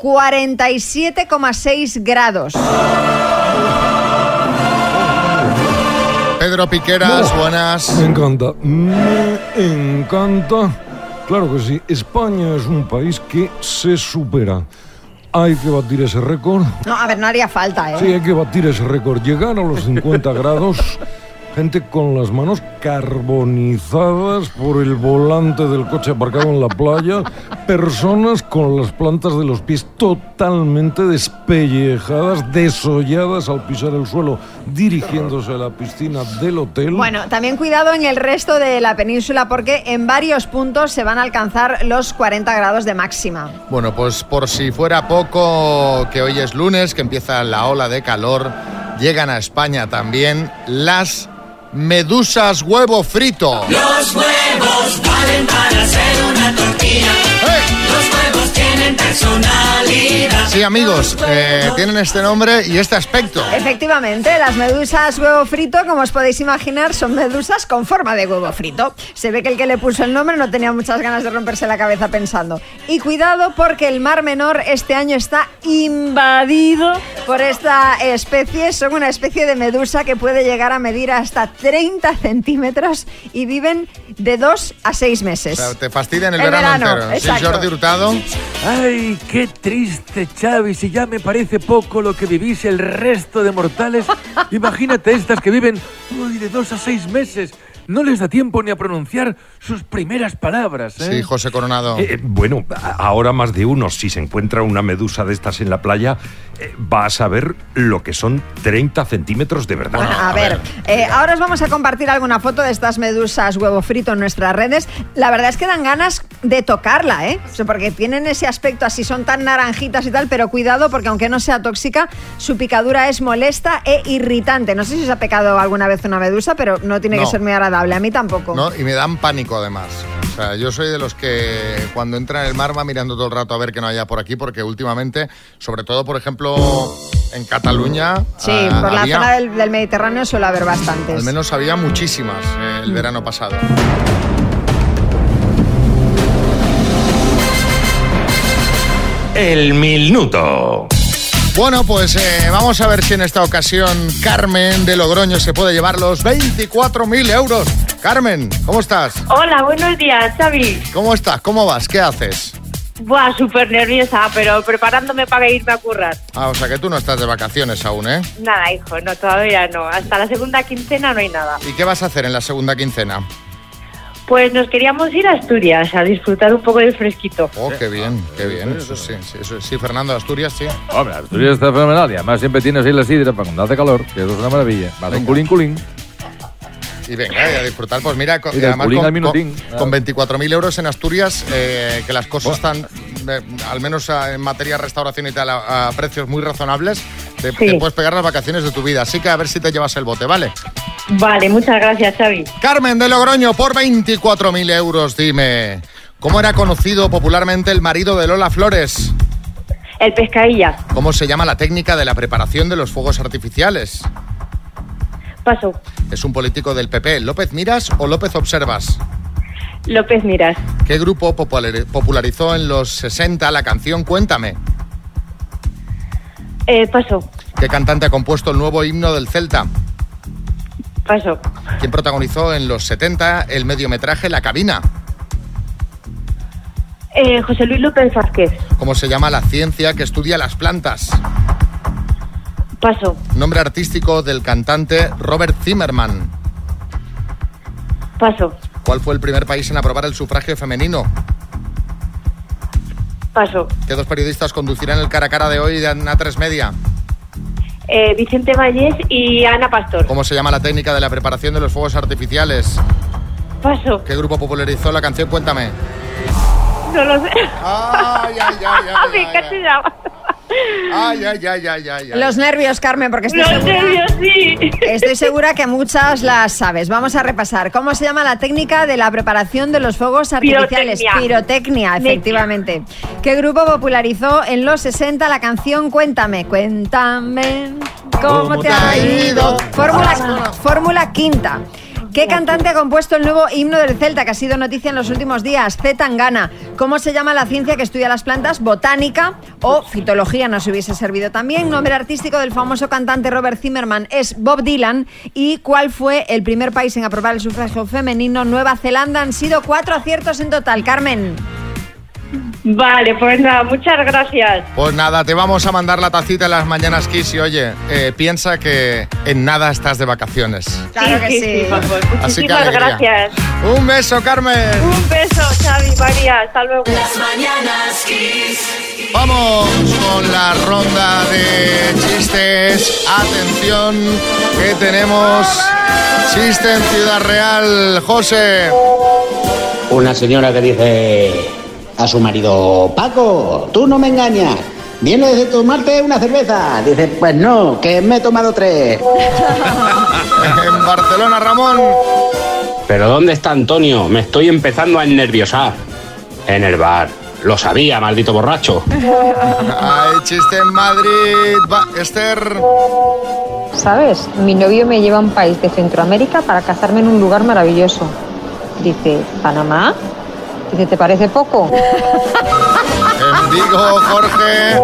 [SPEAKER 5] 47,6 grados.
[SPEAKER 3] Pedro Piqueras, buenas.
[SPEAKER 17] Me encanta, me encanta. Claro que sí, España es un país que se supera. Hay que batir ese récord.
[SPEAKER 5] No, a ver, no haría falta, ¿eh?
[SPEAKER 17] Sí, hay que batir ese récord. Llegar a los 50 grados, gente con las manos carbonizadas por el volante del coche aparcado en la playa, personas con las plantas de los pies totalmente despellejadas, desolladas al pisar el suelo, dirigiéndose a la piscina del hotel.
[SPEAKER 5] Bueno, también cuidado en el resto de la península porque en varios puntos se van a alcanzar los 40 grados de máxima.
[SPEAKER 3] Bueno, pues por si fuera poco que hoy es lunes, que empieza la ola de calor, llegan a España también las medusas huevo frito.
[SPEAKER 2] Los huevos valen para hacer una tortilla. Los huevos tienen tienen personalidad.
[SPEAKER 3] Sí, amigos, eh, tienen este nombre y este aspecto.
[SPEAKER 5] Efectivamente, las medusas huevo frito, como os podéis imaginar, son medusas con forma de huevo frito. Se ve que el que le puso el nombre no tenía muchas ganas de romperse la cabeza pensando. Y cuidado porque el Mar Menor este año está invadido por esta especie. Son una especie de medusa que puede llegar a medir hasta 30 centímetros y viven de 2 a 6
[SPEAKER 3] O
[SPEAKER 5] meses.
[SPEAKER 3] sea, te fastidian el,
[SPEAKER 5] El
[SPEAKER 3] verano,
[SPEAKER 5] verano,
[SPEAKER 3] entero. Sí,
[SPEAKER 5] exacto.
[SPEAKER 3] Jordi Hurtado.
[SPEAKER 1] Ay, qué triste, Xavi. Si ya me parece poco lo que vivís el resto de mortales, imagínate estas que viven uy, de dos a seis meses. No les da tiempo ni a pronunciar sus primeras palabras. ¿eh?
[SPEAKER 3] Sí, José Coronado.
[SPEAKER 19] Eh, eh, bueno, a- ahora más de uno, si se encuentra una medusa de estas en la playa, eh, va a saber lo que son 30 centímetros de verdad.
[SPEAKER 5] Bueno, a, ver, eh, ahora os vamos a compartir alguna foto de estas medusas huevo frito en nuestras redes. La verdad es que dan ganas de tocarla, ¿eh? O sea, porque tienen ese aspecto así, son tan naranjitas y tal, pero cuidado porque aunque no sea tóxica, su picadura es molesta e irritante. No sé si os ha pecado alguna vez una medusa, pero no tiene que
[SPEAKER 3] No.
[SPEAKER 5] ser muy agradable. A mí tampoco.
[SPEAKER 3] ¿no? Y me dan pánico además. O sea, yo soy de los que cuando entra en el mar va mirando todo el rato a ver que no haya por aquí, porque últimamente, sobre todo, por ejemplo, en Cataluña,
[SPEAKER 5] Sí,
[SPEAKER 3] ah,
[SPEAKER 5] por la
[SPEAKER 3] había-
[SPEAKER 5] zona del, del Mediterráneo suele haber bastantes.
[SPEAKER 3] al menos había muchísimas eh, el verano pasado.
[SPEAKER 22] El minuto.
[SPEAKER 3] Bueno, pues eh, vamos a ver si en esta ocasión Carmen de Logroño se puede llevar los 24.000 euros. Carmen, ¿cómo estás?
[SPEAKER 14] Hola, buenos días, Xavi.
[SPEAKER 3] ¿Cómo estás? ¿Cómo vas? ¿Qué haces?
[SPEAKER 14] Buah, súper nerviosa, pero preparándome para irme a currar.
[SPEAKER 3] Ah, o sea que tú no estás de vacaciones aún, ¿eh?
[SPEAKER 14] Nada, hijo, no, todavía no. Hasta la segunda quincena no hay nada.
[SPEAKER 3] ¿Y qué vas a hacer en la segunda quincena?
[SPEAKER 14] Pues nos queríamos ir a Asturias a disfrutar un poco del fresquito.
[SPEAKER 3] Oh, qué bien, qué bien. Eso sí, sí, eso sí. Fernando, Asturias, sí.
[SPEAKER 15] Hombre, Asturias está fenomenal y además siempre tienes ahí la sidra para cuando hace calor, que eso es una maravilla. Vas un culín, culín.
[SPEAKER 3] Y venga, y a disfrutar. Pues mira, co-
[SPEAKER 15] Y del
[SPEAKER 3] además
[SPEAKER 15] culín al
[SPEAKER 3] con,
[SPEAKER 15] minutín.
[SPEAKER 3] con- con 24.000 euros en Asturias, eh, que las cosas están, eh, al menos ah, en materia de restauración y tal, a, a precios muy razonables, te, te puedes pegar las vacaciones de tu vida. Así que a ver si te llevas el bote, ¿vale?
[SPEAKER 14] Vale, muchas gracias, Xavi.
[SPEAKER 3] Carmen de Logroño, por 24.000 euros, dime. ¿Cómo era conocido popularmente el marido de Lola Flores?
[SPEAKER 14] El pescadilla.
[SPEAKER 3] ¿Cómo se llama la técnica de la preparación de los fuegos artificiales?
[SPEAKER 14] Paso.
[SPEAKER 3] Es un político del PP, López Miras o López Observas.
[SPEAKER 14] López Miras.
[SPEAKER 3] ¿Qué grupo populari- popularizó en los 60 la canción Cuéntame?
[SPEAKER 14] Eh, paso,
[SPEAKER 3] ¿Qué cantante ha compuesto el nuevo himno del Celta?
[SPEAKER 14] paso.
[SPEAKER 3] ¿Quién protagonizó en los 70 el mediometraje La Cabina?
[SPEAKER 14] Eh, José Luis López Vázquez.
[SPEAKER 3] ¿Cómo se llama la ciencia que estudia las plantas?
[SPEAKER 14] Paso,
[SPEAKER 3] Nombre artístico del cantante Robert Zimmerman.
[SPEAKER 14] paso,
[SPEAKER 3] ¿Cuál fue el primer país en aprobar el sufragio femenino?
[SPEAKER 14] paso.
[SPEAKER 3] ¿Qué dos periodistas conducirán el cara a cara de hoy de Ana 3 Media?
[SPEAKER 14] Eh, Vicente Vallés y Ana Pastor.
[SPEAKER 3] ¿Cómo se llama la técnica de la preparación de los fuegos artificiales?
[SPEAKER 14] Paso.
[SPEAKER 3] ¿Qué grupo popularizó la canción Cuéntame?
[SPEAKER 14] No lo sé.
[SPEAKER 3] Ay, ay, ay, ay.
[SPEAKER 14] Me casi daba.
[SPEAKER 3] Ay, ay, ay, ay, ay. ay.
[SPEAKER 5] Los nervios, Carmen, porque estoy
[SPEAKER 14] Los
[SPEAKER 5] segura,
[SPEAKER 14] nervios,
[SPEAKER 5] estoy segura que muchas las sabes. Vamos a repasar. ¿Cómo se llama la técnica de la preparación de los fuegos artificiales?
[SPEAKER 14] Pirotecnia.
[SPEAKER 5] Pirotecnia, efectivamente. ¿Qué grupo popularizó en los 60 la canción Cuéntame? Cuéntame cómo, te ha ido. Ah. Fórmula, fórmula quinta. ¿Qué cantante ha compuesto el nuevo himno del Celta que ha sido noticia en los últimos días? C. Tangana. ¿Cómo se llama la ciencia que estudia las plantas? Botánica o fitología nos hubiese servido también. Nombre artístico del famoso cantante Robert Zimmerman es Bob Dylan. ¿Y cuál fue el primer país en aprobar el sufragio femenino? Nueva Zelanda. Han sido cuatro aciertos en total, Carmen.
[SPEAKER 14] Vale, pues nada, muchas gracias.
[SPEAKER 3] Pues nada, te vamos a mandar la tacita en las mañanas, Kiss, y oye, eh, piensa que en nada estás de vacaciones.
[SPEAKER 5] Claro que sí.
[SPEAKER 3] Así que
[SPEAKER 14] Muchísimas
[SPEAKER 3] alegría.
[SPEAKER 14] gracias.
[SPEAKER 3] Un beso, Carmen.
[SPEAKER 14] Un beso, Xavi, María. Hasta luego.
[SPEAKER 3] Vamos con la ronda de chistes. Atención, que tenemos chiste en Ciudad Real, José.
[SPEAKER 11] Una señora que dice a su marido, Paco, tú no me engañas. Vienes de tomarte una cerveza. Dice, pues no, que me he tomado tres.
[SPEAKER 3] en Barcelona, Ramón.
[SPEAKER 25] ¿Pero dónde está Antonio? Me estoy empezando a ennerviosar. En el bar.
[SPEAKER 11] Lo sabía, maldito borracho.
[SPEAKER 3] Hay chiste en Madrid. Va, Esther.
[SPEAKER 9] ¿Sabes? Mi novio me lleva a un país de Centroamérica para casarme en un lugar maravilloso. Dice, ¿Panamá? Dice, ¿te parece poco?
[SPEAKER 3] En Vigo, Jorge.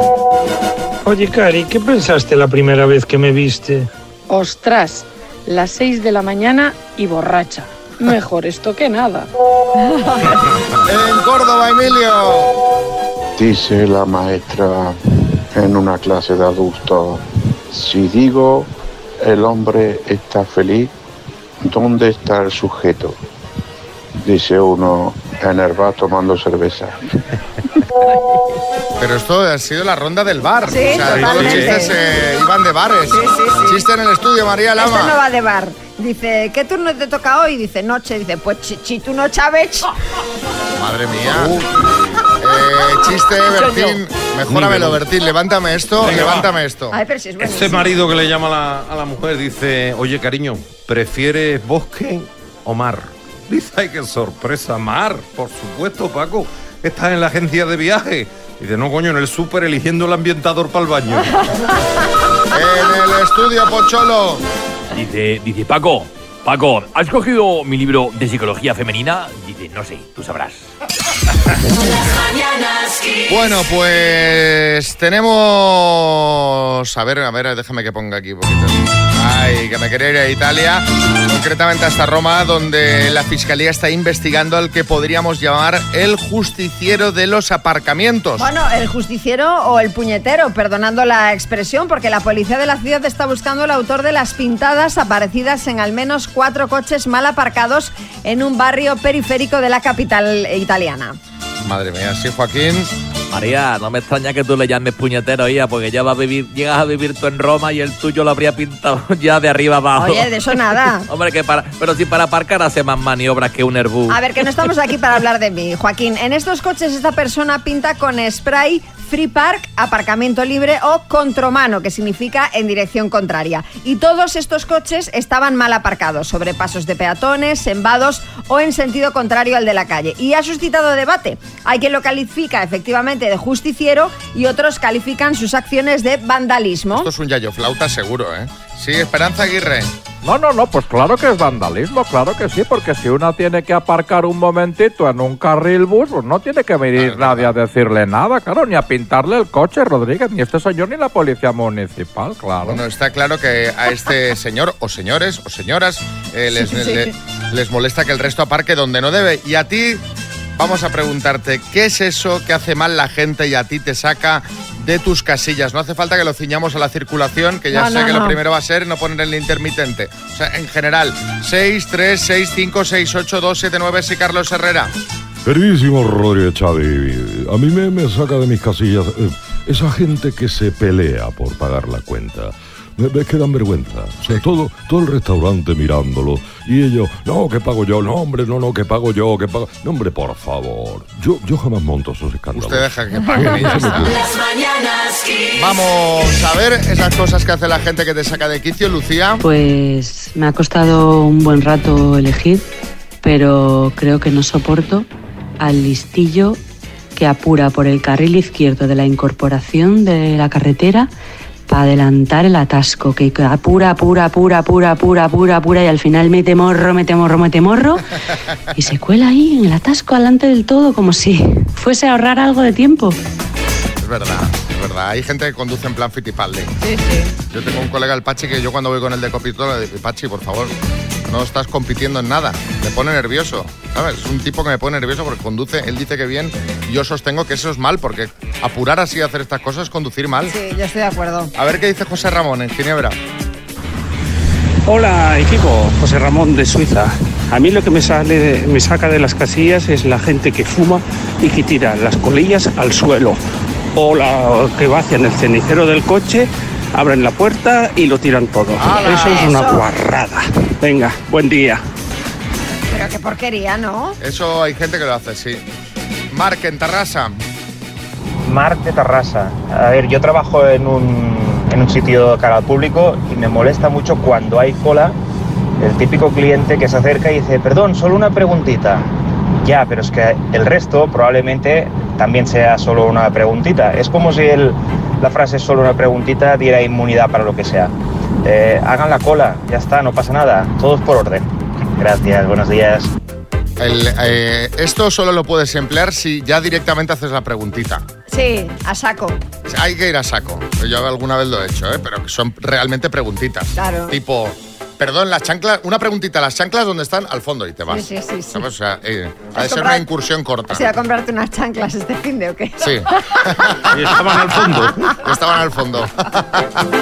[SPEAKER 16] Oye, Cari, ¿qué pensaste la primera vez que me viste?
[SPEAKER 18] Ostras, las 6 de la mañana y borracha. Mejor esto que nada.
[SPEAKER 3] En Córdoba, Emilio.
[SPEAKER 25] Dice la maestra en una clase de adultos, si digo el hombre está feliz, ¿dónde está el sujeto? Dice uno, en el bar tomando cerveza.
[SPEAKER 3] Pero esto ha sido la ronda del bar.
[SPEAKER 5] Sí,
[SPEAKER 3] o sea, todos los
[SPEAKER 5] totalmente.
[SPEAKER 3] chistes eh, iban de bares.
[SPEAKER 5] Sí, sí, sí.
[SPEAKER 3] Chiste en el estudio, María Lama.
[SPEAKER 5] Este no va de bar. Dice, ¿qué turno te toca hoy? Dice, noche. Dice, pues si si tú no sabes.
[SPEAKER 3] Madre mía.
[SPEAKER 5] Uh.
[SPEAKER 3] Eh, chiste, Bertín. Mejóramelo, Bertín. Levántame esto,
[SPEAKER 8] Venga, va.
[SPEAKER 3] levántame esto.
[SPEAKER 5] Ay, pero si es
[SPEAKER 8] Este
[SPEAKER 5] buenísimo.
[SPEAKER 8] marido que le llama a la, a la mujer dice, oye cariño, ¿prefieres bosque o mar? Dice, ay, qué sorpresa, mar, por supuesto, Paco. Estás en la agencia de viaje. Dice, no, coño, en el súper eligiendo el ambientador para el baño.
[SPEAKER 3] En el estudio, Pocholo.
[SPEAKER 26] Dice, dice, Paco, Paco, ¿has cogido mi libro de psicología femenina? Dice, no sé, tú sabrás.
[SPEAKER 3] Bueno, pues tenemos. A ver, a ver, déjame que ponga aquí un poquito. Ay, que me quería ir a Italia, concretamente hasta Roma, donde la fiscalía está investigando al que podríamos llamar el justiciero de los aparcamientos.
[SPEAKER 5] Bueno, el justiciero o el puñetero, perdonando la expresión, porque la policía de la ciudad está buscando al autor de las pintadas aparecidas en al menos cuatro coches mal aparcados en un barrio periférico de la capital italiana.
[SPEAKER 3] Madre mía, sí, Joaquín.
[SPEAKER 10] María, no me extraña que tú le llames puñetero, hija, porque ya va a vivir, llegas a vivir tú en Roma y el tuyo lo habría pintado ya de arriba abajo.
[SPEAKER 5] Oye, de eso nada.
[SPEAKER 10] Hombre, que para, pero si para aparcar hace más maniobras que un Airbus.
[SPEAKER 5] A ver, que no estamos aquí para hablar de mí, Joaquín. En estos coches esta persona pinta con spray free park, aparcamiento libre o contromano, que significa en dirección contraria. Y todos estos coches estaban mal aparcados, sobre pasos de peatones, en vados o en sentido contrario al de la calle. Y ha suscitado debate. Hay quien lo califica efectivamente de justiciero y otros califican sus acciones de vandalismo.
[SPEAKER 3] Esto es un yayo flauta seguro, ¿eh? Sí, Esperanza Aguirre.
[SPEAKER 15] No, no, no, pues claro que es vandalismo, claro que sí, porque si una tiene que aparcar un momentito en un carril bus, pues no tiene que venir nadie a decirle nada, claro, ni a pintarle el coche, Rodríguez, ni este señor ni la policía municipal, claro.
[SPEAKER 3] Bueno, está claro que a este señor, o señores, o señoras, eh, les,
[SPEAKER 15] Sí, sí.
[SPEAKER 3] le- les molesta que el resto aparque donde no debe. Y a ti vamos a preguntarte, ¿qué es eso que hace mal la gente y a ti te saca de tus casillas? No hace falta que lo ciñamos a la circulación, que ya
[SPEAKER 26] No,
[SPEAKER 3] sé
[SPEAKER 26] no,
[SPEAKER 3] que lo
[SPEAKER 26] no.
[SPEAKER 3] primero va a ser no poner el intermitente. O sea, en general, 6, 3, 6, 5, 6, 8, 2, 7, 9, sí, Carlos Herrera.
[SPEAKER 17] Queridísimo Rodríguez Chávez, a mí me, me saca de mis casillas eh, esa gente que se pelea por pagar la cuenta. Me- me- Es que dan vergüenza. O sea, todo, todo el restaurante mirándolo. Y ellos, no, que pago yo. No, hombre, no, no, que pago yo, que pago. No, hombre, por favor. Yo, yo jamás monto esos escándalos.
[SPEAKER 3] Usted deja que paguen y ya está.
[SPEAKER 26] mañanas
[SPEAKER 3] Vamos a ver esas cosas que hace la gente que te saca de quicio, Lucía.
[SPEAKER 27] Pues me ha costado un buen rato elegir, pero creo que no soporto al listillo que apura por el carril izquierdo de la incorporación de la carretera para adelantar el atasco, que apura, apura, apura, apura, apura, apura, apura y al final mete morro, mete morro, mete morro y se cuela ahí en el atasco adelante del todo como si fuese a ahorrar algo de tiempo.
[SPEAKER 3] Es verdad, es verdad. Hay gente que conduce en plan fitipaldi.
[SPEAKER 5] Sí, sí.
[SPEAKER 3] Yo tengo un colega, el Pachi, que yo cuando voy con el de copitola, le digo, Pachi, por favor, no estás compitiendo en nada. Me pone nervioso, ¿sabes? Es un tipo que me pone nervioso porque conduce, él dice que bien, y yo sostengo que eso es mal, porque apurar así a hacer estas cosas es conducir mal.
[SPEAKER 5] Sí, yo estoy de acuerdo.
[SPEAKER 3] A ver qué dice José Ramón en Ginebra.
[SPEAKER 26] Hola equipo, José Ramón de Suiza. A mí lo que me sale, me saca de las casillas es la gente que fuma y que tira las colillas al suelo o la que vacian el cenicero del coche, abren la puerta y lo tiran todo. eso es una guarrada. Venga, buen día.
[SPEAKER 5] Pero qué porquería, ¿no?
[SPEAKER 3] Eso hay gente que lo hace, sí. Marc en Tarrasa.
[SPEAKER 28] Mar de Tarrasa. A ver, yo trabajo en un, en un sitio cara al público y me molesta mucho cuando hay cola el típico cliente que se acerca y dice, perdón, solo una preguntita. Ya, pero es que el resto probablemente también sea solo una preguntita. Es como si el- la frase solo una preguntita diera inmunidad para lo que sea. Eh, hagan la cola, ya está, no pasa nada. Todos por orden. Gracias, buenos días.
[SPEAKER 3] El, eh, esto solo lo puedes emplear si ya directamente haces la preguntita.
[SPEAKER 5] Sí, a saco.
[SPEAKER 3] Hay que ir a saco. Yo alguna vez lo he hecho, ¿eh? pero que son realmente preguntitas.
[SPEAKER 5] Claro.
[SPEAKER 3] Tipo, perdón, las chanclas, una preguntita, las chanclas dónde están al fondo y te vas.
[SPEAKER 5] Sí, sí, sí, sí.
[SPEAKER 3] ¿Sabes? O sea, eh, ha de
[SPEAKER 5] Has
[SPEAKER 3] ser una
[SPEAKER 5] comprado-
[SPEAKER 3] incursión corta.
[SPEAKER 5] ¿Has ido a comprarte unas chanclas este fin de o qué?
[SPEAKER 3] Sí. Y estaban al fondo. Estaban al fondo.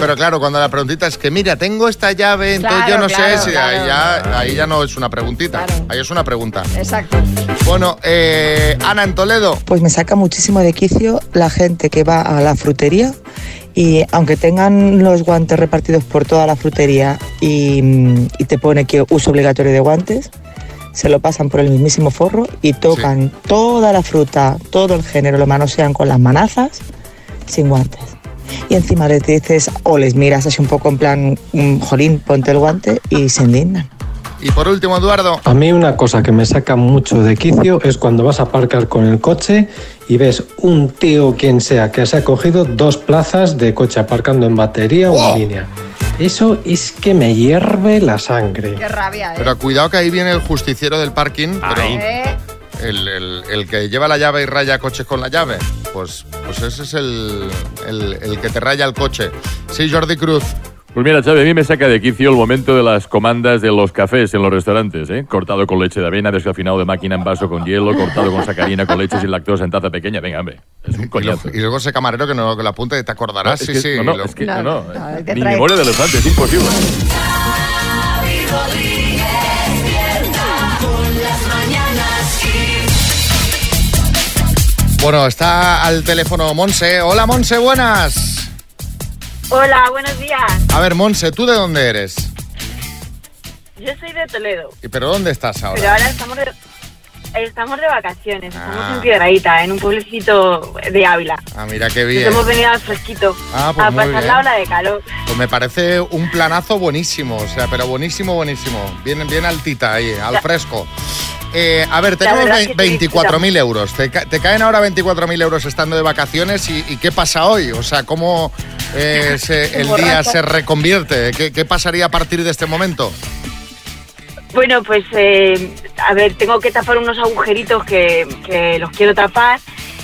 [SPEAKER 3] Pero claro, cuando la preguntita es que, mira, tengo esta llave, entonces
[SPEAKER 5] Claro,
[SPEAKER 3] yo no
[SPEAKER 5] claro,
[SPEAKER 3] sé si ahí,
[SPEAKER 5] claro.
[SPEAKER 3] ya, ahí ya no es una preguntita, ahí es una pregunta.
[SPEAKER 5] Exacto.
[SPEAKER 3] Bueno, eh, Ana en Toledo,
[SPEAKER 29] Pues me saca muchísimo de quicio la gente que va a la frutería y aunque tengan los guantes repartidos por toda la frutería y, mm, y te pone que uso obligatorio de guantes, se lo pasan por el mismísimo forro y tocan toda la fruta, todo el género, lo manosean con las manazas sin guantes. Y encima les dices o les miras así un poco en plan, mm, jolín, ponte el guante y se indignan.
[SPEAKER 3] y por último Eduardo.
[SPEAKER 20] A mí una cosa que me saca mucho de quicio es cuando vas a aparcar con el coche y ves un tío quien sea que se ha cogido dos plazas de coche aparcando en batería o en línea. Eso es que me hierve la sangre.
[SPEAKER 5] Qué rabia, ¿eh?
[SPEAKER 3] Pero cuidado que ahí viene el justiciero del parking, pero
[SPEAKER 5] ¿Eh?
[SPEAKER 3] el, el- el que lleva la llave y raya coches con la llave, pues, pues ese es el, el- el que te raya el coche. Sí, Jordi Cruz.
[SPEAKER 21] Pues mira, Xavi, a mí me saca de quicio el momento de las comandas de los cafés en los restaurantes, ¿eh? Cortado con leche de avena, descafeinado de máquina en vaso con hielo, cortado con sacarina, con leche sin lactosa en taza pequeña. Venga, hombre, es un coñazo.
[SPEAKER 3] Y luego ese camarero que no que lo apunta y te acordarás,
[SPEAKER 21] No, es
[SPEAKER 3] sí,
[SPEAKER 21] que-
[SPEAKER 3] sí.
[SPEAKER 21] no, no,
[SPEAKER 3] lo-
[SPEAKER 21] es que- no, no,
[SPEAKER 5] no,
[SPEAKER 21] Ni memoria de elefante, es imposible.
[SPEAKER 3] Bueno, está al teléfono Monse. Hola Monse, buenas.
[SPEAKER 21] Hola, buenos días.
[SPEAKER 3] A ver, Monse, ¿tú de dónde eres?
[SPEAKER 21] Yo soy de Toledo,
[SPEAKER 3] ¿Y pero dónde estás ahora?
[SPEAKER 21] pero ahora estamos de, estamos de vacaciones. Estamos
[SPEAKER 3] Ah.
[SPEAKER 21] en Piedradita, en un pueblecito de Ávila.
[SPEAKER 3] Ah, mira qué
[SPEAKER 21] Nos
[SPEAKER 3] bien.
[SPEAKER 21] hemos venido al fresquito
[SPEAKER 3] Ah, pues
[SPEAKER 21] a
[SPEAKER 3] muy
[SPEAKER 21] pasar
[SPEAKER 3] bien.
[SPEAKER 21] la ola de calor.
[SPEAKER 3] Pues me parece un planazo buenísimo, o sea, pero buenísimo, buenísimo. Bien, bien altita ahí, al
[SPEAKER 21] La-
[SPEAKER 3] fresco. Eh, a ver,
[SPEAKER 21] La
[SPEAKER 3] tenemos
[SPEAKER 21] verdad
[SPEAKER 3] ve-
[SPEAKER 21] es que sí,
[SPEAKER 3] 24.000 euros. Te, ca- te caen ahora 24.000 euros estando de vacaciones y, y ¿qué pasa hoy? O sea, ¿cómo eh, se- el día
[SPEAKER 21] Borracha.
[SPEAKER 3] se reconvierte? ¿Qué, qué pasaría a partir de este momento?
[SPEAKER 21] Bueno, pues eh, a ver, tengo que tapar unos agujeritos que, que los quiero tapar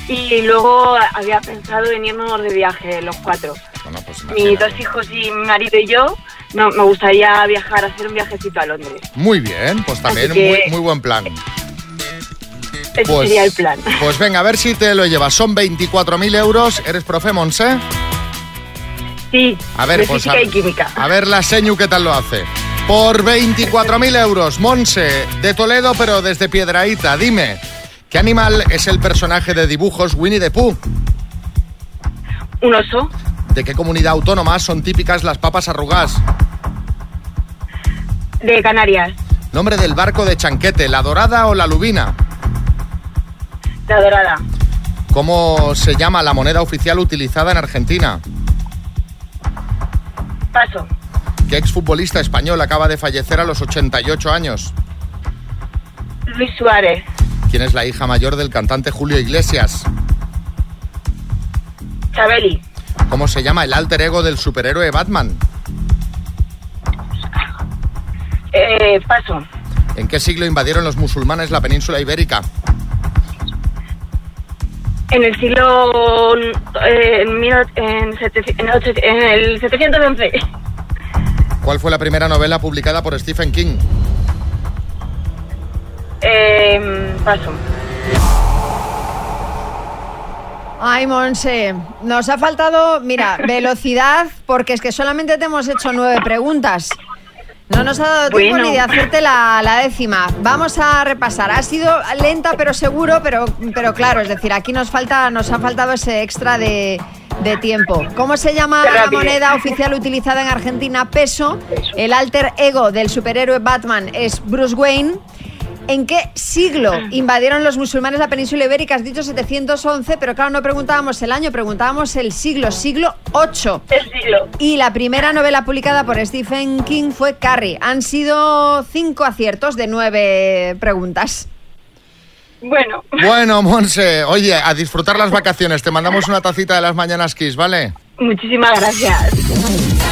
[SPEAKER 21] y luego había pensado en irnos de viaje los cuatro.
[SPEAKER 3] Bueno, pues
[SPEAKER 21] Mis dos hijos y mi marido y yo, no, me gustaría viajar, hacer un viajecito a Londres.
[SPEAKER 3] Muy bien, pues también
[SPEAKER 21] Así que-
[SPEAKER 3] muy, muy buen plan.
[SPEAKER 21] Ese
[SPEAKER 3] Pues-
[SPEAKER 21] sería el plan.
[SPEAKER 3] Pues venga, a ver si te lo llevas. Son 24.000 euros. ¿Eres profe, Monse?
[SPEAKER 21] Sí,
[SPEAKER 3] A ver,
[SPEAKER 21] de
[SPEAKER 3] pues
[SPEAKER 21] física
[SPEAKER 3] a,
[SPEAKER 21] y química.
[SPEAKER 3] a ver la Señu qué tal lo hace. Por 24.000 euros, Monse, de Toledo, pero desde Piedraíta. Dime, ¿qué animal es el personaje de dibujos Winnie the Pooh?
[SPEAKER 21] Un oso.
[SPEAKER 3] ¿De qué comunidad autónoma son típicas las papas arrugadas?
[SPEAKER 21] De Canarias,
[SPEAKER 3] Nombre del barco de Chanquete, ¿la dorada o la lubina?
[SPEAKER 21] la dorada.
[SPEAKER 3] ¿Cómo se llama la moneda oficial utilizada en Argentina?
[SPEAKER 21] Paso.
[SPEAKER 3] ¿Qué exfutbolista español acaba de fallecer a los 88 años?
[SPEAKER 21] Luis Suárez,
[SPEAKER 3] ¿Quién es la hija mayor del cantante Julio Iglesias?
[SPEAKER 21] Chabeli,
[SPEAKER 3] ¿Cómo se llama el alter ego del superhéroe Batman?
[SPEAKER 21] eh, paso.
[SPEAKER 3] ¿En qué siglo invadieron los musulmanes la península ibérica?
[SPEAKER 21] En el siglo. eh, en, mil och- en sete- en och- en el 711.
[SPEAKER 3] ¿Cuál fue la primera novela publicada por Stephen King?
[SPEAKER 21] Eh, paso.
[SPEAKER 5] Ay, Monse, nos ha faltado, mira, velocidad, porque es que solamente te hemos hecho nueve preguntas. No nos ha dado tiempo
[SPEAKER 21] Bueno.
[SPEAKER 5] ni de hacerte la, la décima. Vamos a repasar. Ha sido lenta, pero seguro, pero, pero claro, es decir, aquí nos falta, nos ha faltado ese extra de, de tiempo. ¿Cómo se llama
[SPEAKER 21] Qué
[SPEAKER 5] la
[SPEAKER 21] rápido.
[SPEAKER 5] moneda oficial utilizada en Argentina? Peso. El alter ego del superhéroe Batman es Bruce Wayne. ¿En qué siglo invadieron los musulmanes la península ibérica? Has dicho 711, pero claro, no preguntábamos el año, preguntábamos el siglo, siglo 8.
[SPEAKER 21] El siglo.
[SPEAKER 5] Y la primera novela publicada por Stephen King fue Carrie. Han sido cinco aciertos de nueve preguntas.
[SPEAKER 14] Bueno,
[SPEAKER 3] Bueno, Monse, oye, a disfrutar las vacaciones. Te mandamos una tacita de las mañanas Kiss, ¿vale?
[SPEAKER 14] muchísimas gracias.